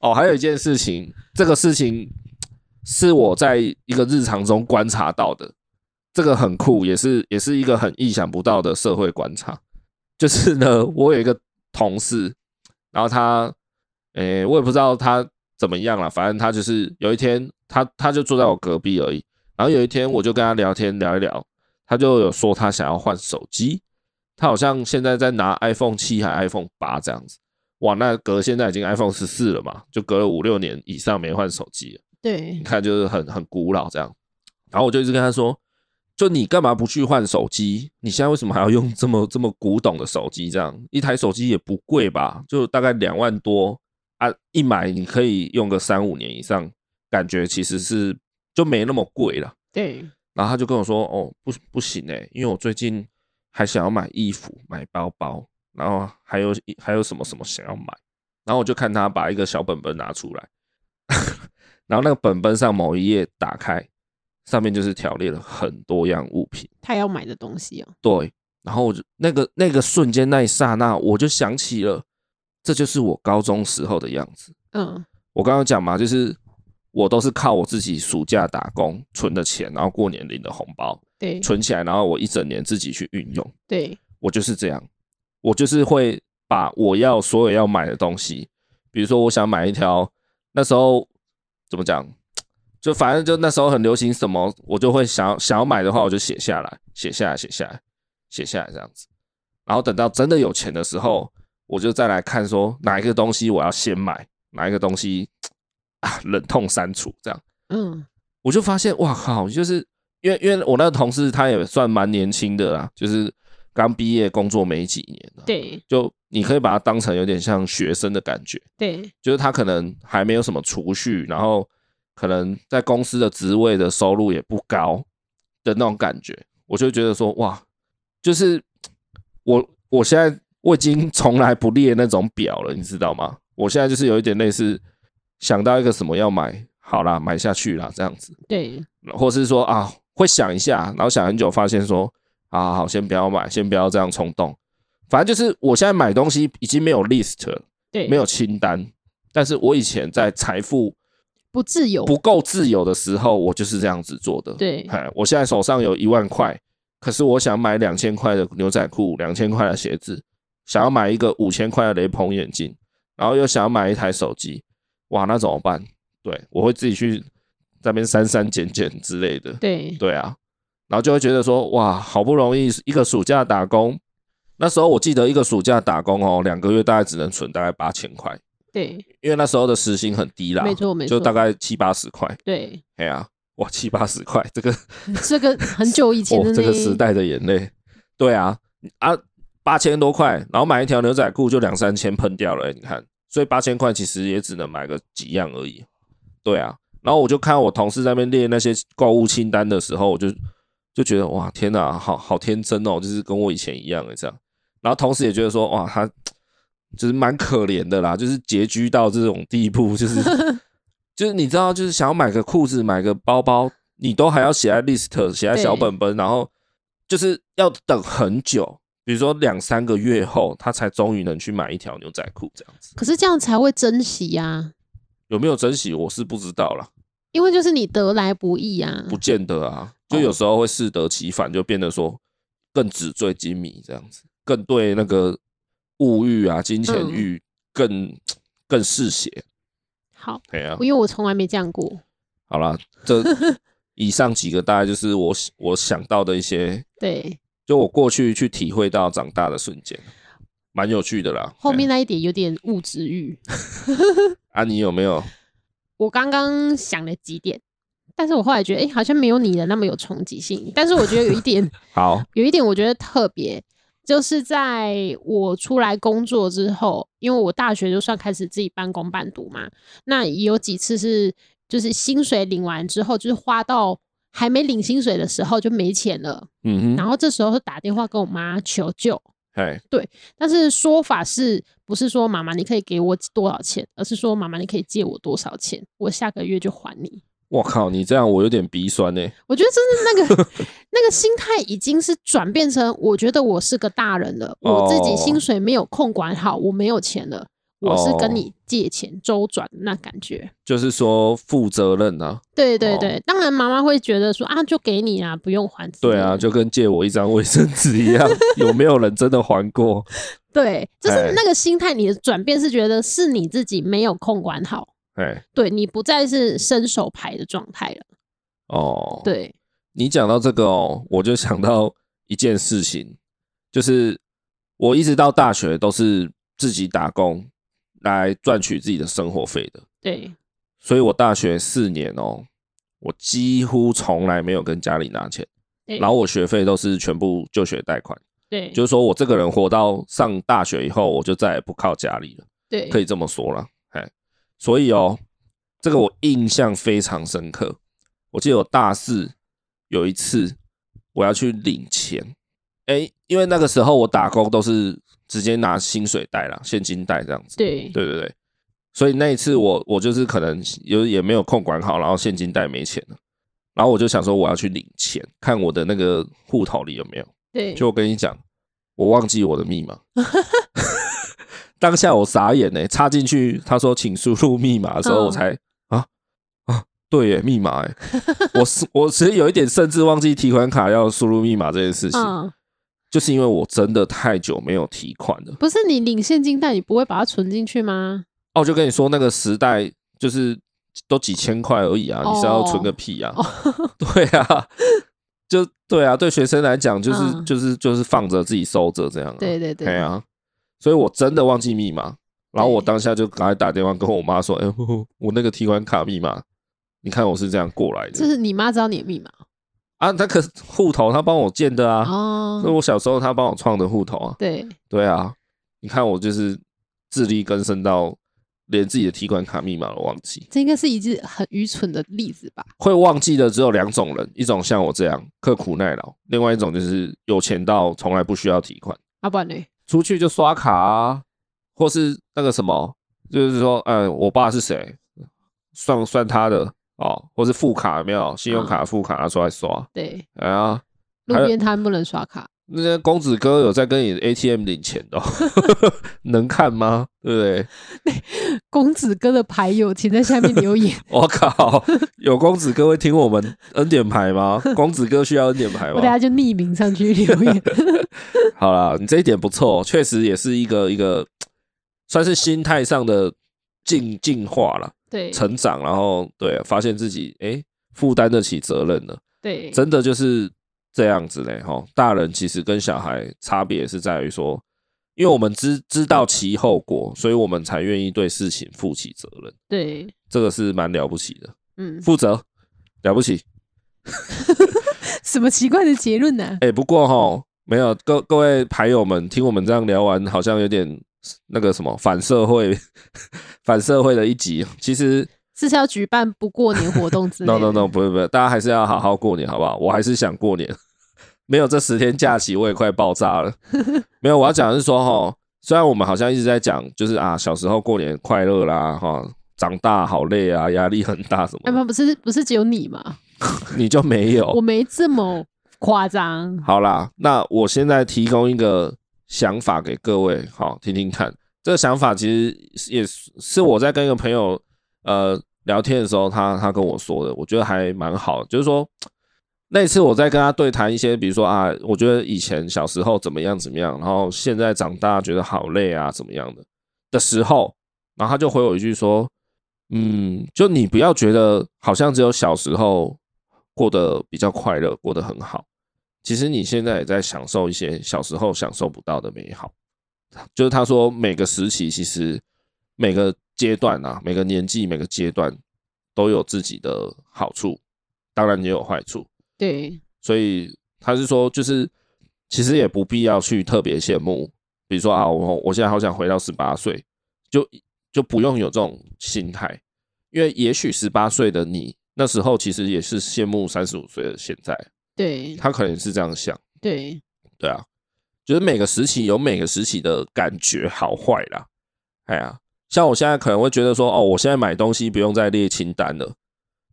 A: 哦。还有一件事情，这个事情是我在一个日常中观察到的，这个很酷，也是也是一个很意想不到的社会观察。就是呢，我有一个同事，然后他，诶、我也不知道他怎么样了，反正他就是有一天，他他就坐在我隔壁而已。然后有一天，我就跟他聊天聊一聊，他就有说他想要换手机，他好像现在在拿 iPhone 七还 iPhone 八这样子。哇，那隔现在已经 iPhone 十四了嘛，就隔了五六年以上没换手机了，
B: 对
A: 你，看就是很很古老这样。然后我就一直跟他说，就你干嘛不去换手机？你现在为什么还要用这么这么古董的手机？这样一台手机也不贵吧，就大概两万多啊，一买你可以用个三五年以上，感觉其实是就没那么贵了。
B: 对，
A: 然后他就跟我说：“哦，不不行哎、因为我最近还想要买衣服、买包包，然后还有还有什么什么想要买。”然后我就看他把一个小本本拿出来， 然后那个本本上某一页打开，上面就是条列了很多样物品。
B: 他要买的东西哦，
A: 对，然后我就那个那个瞬间那一刹那，我就想起了，这就是我高中时候的样子。
B: 嗯，
A: 我刚刚讲嘛，就是我都是靠我自己暑假打工存的钱，然后过年领的红包。
B: 对
A: 存起来，然后我一整年自己去运用。
B: 对
A: 我就是这样，我就是会把我要所有要买的东西，比如说我想买一条，那时候怎么讲，就反正就那时候很流行什么，我就会想要想要买的话，我就写下来，写下来，写下来，写下来这样子。然后等到真的有钱的时候，我就再来看说哪一个东西我要先买，哪一个东西啊忍痛删除这样。
B: 嗯，
A: 我就发现，哇靠！就是因为因为我那个同事他也算蛮年轻的啦，就是刚毕业工作没几年啊，
B: 对
A: 就你可以把他当成有点像学生的感觉，
B: 对
A: 就是他可能还没有什么储蓄，然后可能在公司的职位的收入也不高的那种感觉，我就觉得说哇，就是我我现在我已经从来不列那种表了，你知道吗？我现在就是有一点类似想到一个什么要买，好啦，买下去啦这样子，
B: 对
A: 或是说啊会想一下，然后想很久，发现说啊好好先不要买，先不要这样冲动，反正就是我现在买东西已经没有 list 了。
B: 对，
A: 没有清单。但是我以前在财富
B: 不自由，
A: 不够自由的时候，我就是这样子做的。，
B: 对
A: 哎，我现在手上有一万块，可是我想买两千块的牛仔裤，两千块的鞋子，想要买一个五千块的雷朋眼镜，然后又想要买一台手机，哇，那怎么办？对我会自己去那边删删减减之类的。
B: 对
A: 对啊，然后就会觉得说，哇，好不容易一个暑假打工，那时候我记得一个暑假打工哦，两个月大概只能存大概八千块，
B: 对
A: 因为那时候的时薪很低啦，
B: 没错没错
A: 啊就大概七八十块，
B: 对，
A: 哎呀、哇，七八十块，这个
B: 这个很 久以前
A: 哦
B: 的，
A: 这
B: 那
A: 个时代的眼泪，对啊，啊，八千多块，然后买一条牛仔裤就两三千喷掉了、你看，所以八千块其实也只能买个几样而已，对啊，然后我就看我同事在那边列那些购物清单的时候，我就就觉得哇，天哪，好好天真哦，就是跟我以前一样的这样，然后同时也觉得说哇，他就是蛮可怜的啦，就是拮据到这种地步，就是就是你知道，就是想要买个裤子、买个包包，你都还要写在 list、写在小本本，然后就是要等很久，比如说两三个月后，他才终于能去买一条牛仔裤这样子。
B: 可是这样才会珍惜呀、
A: 有没有珍惜，我是不知道啦，
B: 因为就是你得来不易啊
A: 不。见得啊，
B: 嗯
A: 就有时候会适得其反，就变得说更纸醉金迷这样子，更对那个物欲啊、金
B: 嗯
A: 钱欲更更嗜血。
B: 好，
A: 哎呀、
B: 因为我从来没这样过。
A: 好啦， 这以上几个大概就是我我想到的一些
B: 对，
A: 就我过去去体会到长大的瞬间，蛮有趣的啦。
B: 后面
A: 哎
B: 那一点有点物质欲。
A: 啊，你有没有？
B: 我刚刚想了几点，但是我后来觉得，哎、好像没有你的那么有冲击性。但是我觉得有一点，
A: 好，
B: 有一点我觉得特别，就是在我出来工作之后，因为我大学就算开始自己半工半读嘛，那也有几次是就是薪水领完之后，就是花到还没领薪水的时候就没钱了，
A: 嗯哼，
B: 然后这时候就打电话跟我妈求救，
A: 哎，
B: 但是说法是不是说妈妈你可以给我多少钱，而是说妈妈你可以借我多少钱，我下个月就还你。
A: 我靠，你这样我有点鼻酸呢、欸
B: 我觉得 真的那个那个心态已经是转变成，我觉得我是个大人了，我自己
A: 哦
B: 薪水没有空管好，我没有钱了，我是
A: 哦
B: 跟你借钱周转的那感觉。
A: 就是说负责任啊，
B: 对对
A: 哦
B: 对，当然妈妈会觉得说啊，就给你啊，不用还。
A: 对啊，就跟借我一张卫生纸一样，有没有人真的还过？
B: 对，就是
A: 哎
B: 那个心态，你的转变是觉得是你自己没有空管好，
A: 哎，
B: 对你不再是伸手牌的状态了。
A: 哦，，
B: 对，
A: 你讲到这个哦，我就想到一件事情，就是我一直到大学都是自己打工来赚取自己的生活费的，
B: 对，
A: 所以我大学四年哦，我几乎从来没有跟家里拿钱，
B: 对
A: 然后我学费都是全部就学贷款，
B: 对，
A: 就是说我这个人活到上大学以后，我就再也不靠家里了，
B: 对，
A: 可
B: 以，
A: 以这么说了，哎，所以哦，这个我印象非常深刻。我记得我大四有一次我要去领钱，哎，因为那个时候我打工都是直接拿薪水贷啦，现金贷这样子，
B: 对，
A: 对对对，所以那一次我我就是可能有也没有空管好，然后现金袋没钱了，然后我就想说我要去领钱，看我的那个户头里有没有。
B: 对，
A: 就我跟你讲，我忘记我的密码， 当下我傻眼呢、插进去他说请输入密码的时候，
B: 嗯
A: 我才、啊啊对耶，密码哎，我是我其实有一点甚至忘记提款卡要输入密码这件事情，
B: 嗯，
A: 就是因为我真的太久没有提款了。
B: 不是你领现金但你不会把它存进去吗？
A: 哦，我就跟你说那个时代就是都几千块而已啊，你是要存
B: 哦
A: 个屁啊？ 对啊，就对啊，对学生来讲就是、
B: 嗯
A: 就是就是放着自己收着这样、啊。
B: 对对
A: 对
B: 对，
A: 啊，所以我真的忘记密码，然后我
B: 对
A: 当下就赶快打电话跟我妈说：“哎、我那个提款卡密码，你看我是这样过来的。
B: 就是你妈知道你的密码，
A: 啊，那可是户头他帮我建的啊，那、
B: 哦，
A: 我小时候他帮我创的户头啊，
B: 对，
A: 对啊，你看我就是自力更生到连自己的提款卡密码都忘记，
B: 这应该是一只很愚蠢的例子吧？
A: 会忘记的只有两种人，一种像我这样刻苦耐劳，另外一种就是有钱到从来不需要提款，
B: 啊，不然呢？
A: 出去就刷卡啊，或是那个什么，就是说，嗯，我爸是谁，算算他的哦，或是副卡有没有，信用
B: 嗯
A: 卡副卡拿出来刷，
B: 对，
A: 哎呀，
B: 路
A: 还有
B: 边摊不能刷卡，
A: 那些公子哥有在跟你 ATM 领钱的、哦， 能看吗？对不对？
B: 公子哥的牌友，请在下面 留言。
A: 我靠，有公子哥会听我们恩典牌吗？公子哥需要恩典牌
B: 我等下
A: 吗？
B: 就匿名上去 留言。
A: 好啦，你这一点不错，哦确实也是一个一个算是心态上的进进化了。
B: 对，
A: 成长，然后对，发现自己哎负担得起责任了，
B: 对，
A: 真的就是这样子嘞哈。大人其实跟小孩差别是在于说，因为我们知知道其后果，
B: 嗯
A: 所以我们才愿意对事情负起责任，
B: 对，
A: 这个是蛮了不起的，
B: 嗯，
A: 负责了不起。
B: 什么奇怪的结论呢？
A: 哎，不过
B: 嗯
A: 哈，没有各各位牌友们听我们这样聊完，好像有点那个什么反社会 反社会的一集，其实。
B: 这是要举办不过年活动之类
A: No
B: 的
A: no no，不是不是，大家还是要好好过年，好不好？我还是想过年， 没有这十天假期，我也快爆炸 了。没有，我要讲的是说哈，虽然我们好像一直在讲，就是啊，小时候过年快乐啦，哈，长大好累啊，压力很大什
B: 要哎不
A: 么的，
B: 然不是不是只有你嘛？
A: 你就没
B: 我
A: 有。
B: 没这么夸张。
A: 好啦，那我现在提供一个想法给各位，好听听看。这个想法其实也是是我在跟一个朋友呃聊天的时候，他他跟我说的，我觉得还蛮好的。就是说那一次我在跟他对谈一些，比如说啊，我觉得以前小时候怎么样怎么样，然后现在长大觉得好累啊，怎么样的的时候，然后他就回啊我一句说，嗯，就你不要觉得好像只有小时候过得比较快乐，过得很好，其实你现在也在享受一些小时候享受不到的美好。就是他说每个时期其实每个阶段啊，每个年纪每个阶段都有自己的好处，当然也有坏处。
B: 对，
A: 所以他是说，就是其实也不必要去特别羡慕，比如说啊，我我现在好想回到十八岁，就就不用有这种心态，因为也许十八岁的你那时候其实也是羡慕三十五岁的现在，
B: 对，
A: 他可能是这样想，
B: 对，
A: 对啊，就是每个时期有每个时期的感觉好坏啦，哎呀，像我现在可能会觉得说，哦，我现在买东西不用再列清单了，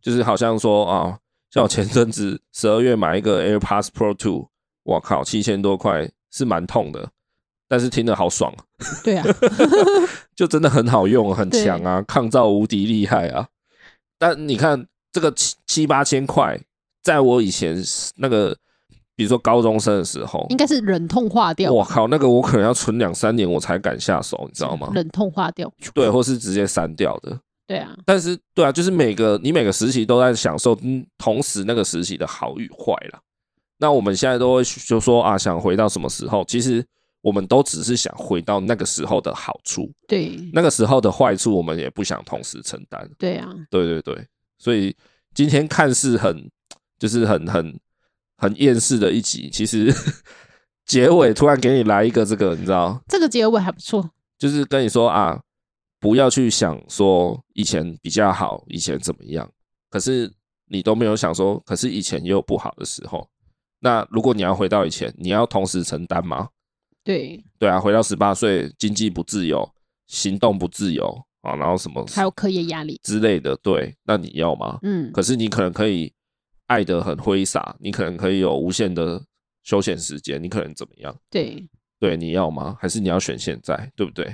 A: 就是好像说啊，像我前阵子十二月买一个 AirPods Pro Two，我靠，七千多块是蛮痛的，但是听着好爽，
B: 对啊，
A: 就真的很好用，很强啊，抗噪无敌厉害啊。但你看这个七七八千块，在我以前那个，比如说高中生的时候，
B: 应该是忍痛化掉，
A: 我靠，那个我可能要存两三年我才敢下手，你知道吗？
B: 忍痛化掉。
A: 对，或是直接删掉的。
B: 对啊，
A: 但是，对啊，就是每个你每个时期都在享受，嗯，同时那个时期的好与坏啦。那我们现在都会就说啊，想回到什么时候？其实我们都只是想回到那个时候的好处，
B: 对，
A: 那个时候的坏处我们也不想同时承担。
B: 对啊，
A: 对对对，所以今天看似很就是很很很厌世的一集，其实 结尾突然给你来一个这个，你知道，
B: 这个结尾还不错。
A: 就是跟你说啊，不要去想说以前比较好，以前怎么样，可是你都没有想说，可是以前也有不好的时候。那如果你要回到以前，你要同时承担吗？
B: 对，
A: 对啊，回到十八岁，经济不自由，行动不自由啊，然后什么
B: 还有课业压力。
A: 之类的，对，那你要吗？
B: 嗯，
A: 可是你可能可以爱得很挥洒，你可能可以有无限的休闲时间，你可能怎么样？
B: 对，
A: 对，你要吗？还是你要选现在？对不对？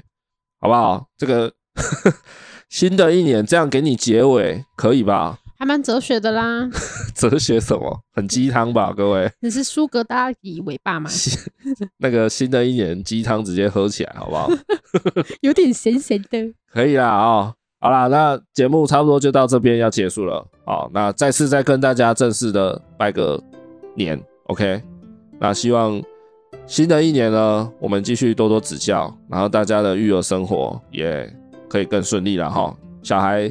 A: 好不好？这个 新的一年这样给你结尾，可以吧？
B: 还蛮哲学的 啦。
A: 哲学什么？很鸡汤吧，各位。
B: 你是苏格拉底尾巴吗？
A: 新那个新的一年鸡汤直接喝起来，好不好？
B: 有点咸咸的。
A: 可以啦啊、好啦，那节目差不多就到这边要结束了。好，那再次再跟大家正式的拜个年，OK？那希望新的一年呢，我们继续多多指教，然后大家的育儿生活也可以更顺利了哈。小孩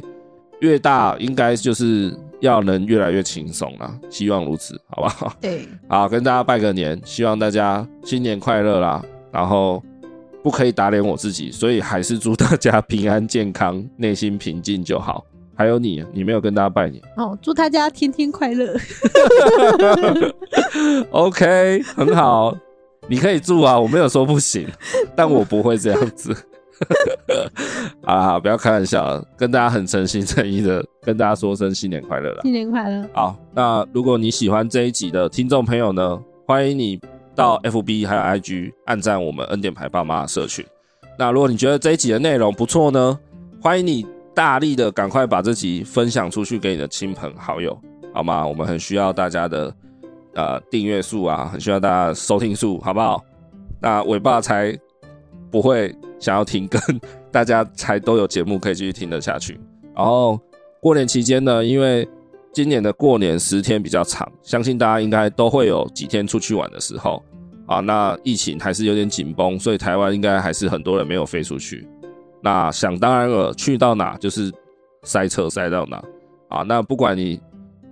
A: 越大应该就是要能越来越轻松啦，希望如此，好不好？
C: 对，
A: 好，啊跟大家拜个年，希望大家新年快乐啦！然后不可以打脸我自己，所以还是祝大家平安健康，内心平静就好。还有你，你没有跟大家拜年
C: 哦，祝大家天天快乐。
A: ，OK，很好，你可以祝啊，我没有说不行，但我不会这样子。 好啦好，不要开玩笑了，跟大家很诚心诚意的跟大家说声新年快乐
B: 啊
A: 啦。
C: 新年快乐！
A: 好，那如果你喜欢这一集的听众朋友呢，欢迎你到 FB 还有 IG 按赞我们恩典牌爸妈的社群。那如果你觉得这一集的内容不错呢，欢迎你大力的赶快把这集分享出去给你的亲朋好友，好吗？我们很需要大家的呃订阅数啊，很需要大家的收听数，好不好？那尾巴才不会想要停更， 大家才都有节目可以继续听得下去。然后过年期间呢，因为今年的过年十天比较长，相信大家应该都会有几天出去玩的时候啊。那疫情还是有点紧绷，所以台湾应该还是很多人没有飞出去。那想当然了，去到哪就是塞车塞到哪啊。那不管你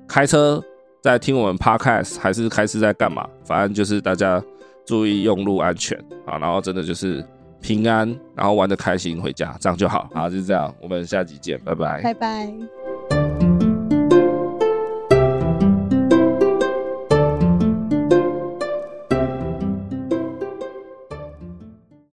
A: 开车在听我们 podcast，还是开车在干嘛，反正就是大家注意用路安全啊。然后真的就是平安，然后玩的开心回家，这样就好。好，就是这样，我们下集见，拜拜。
C: 拜拜。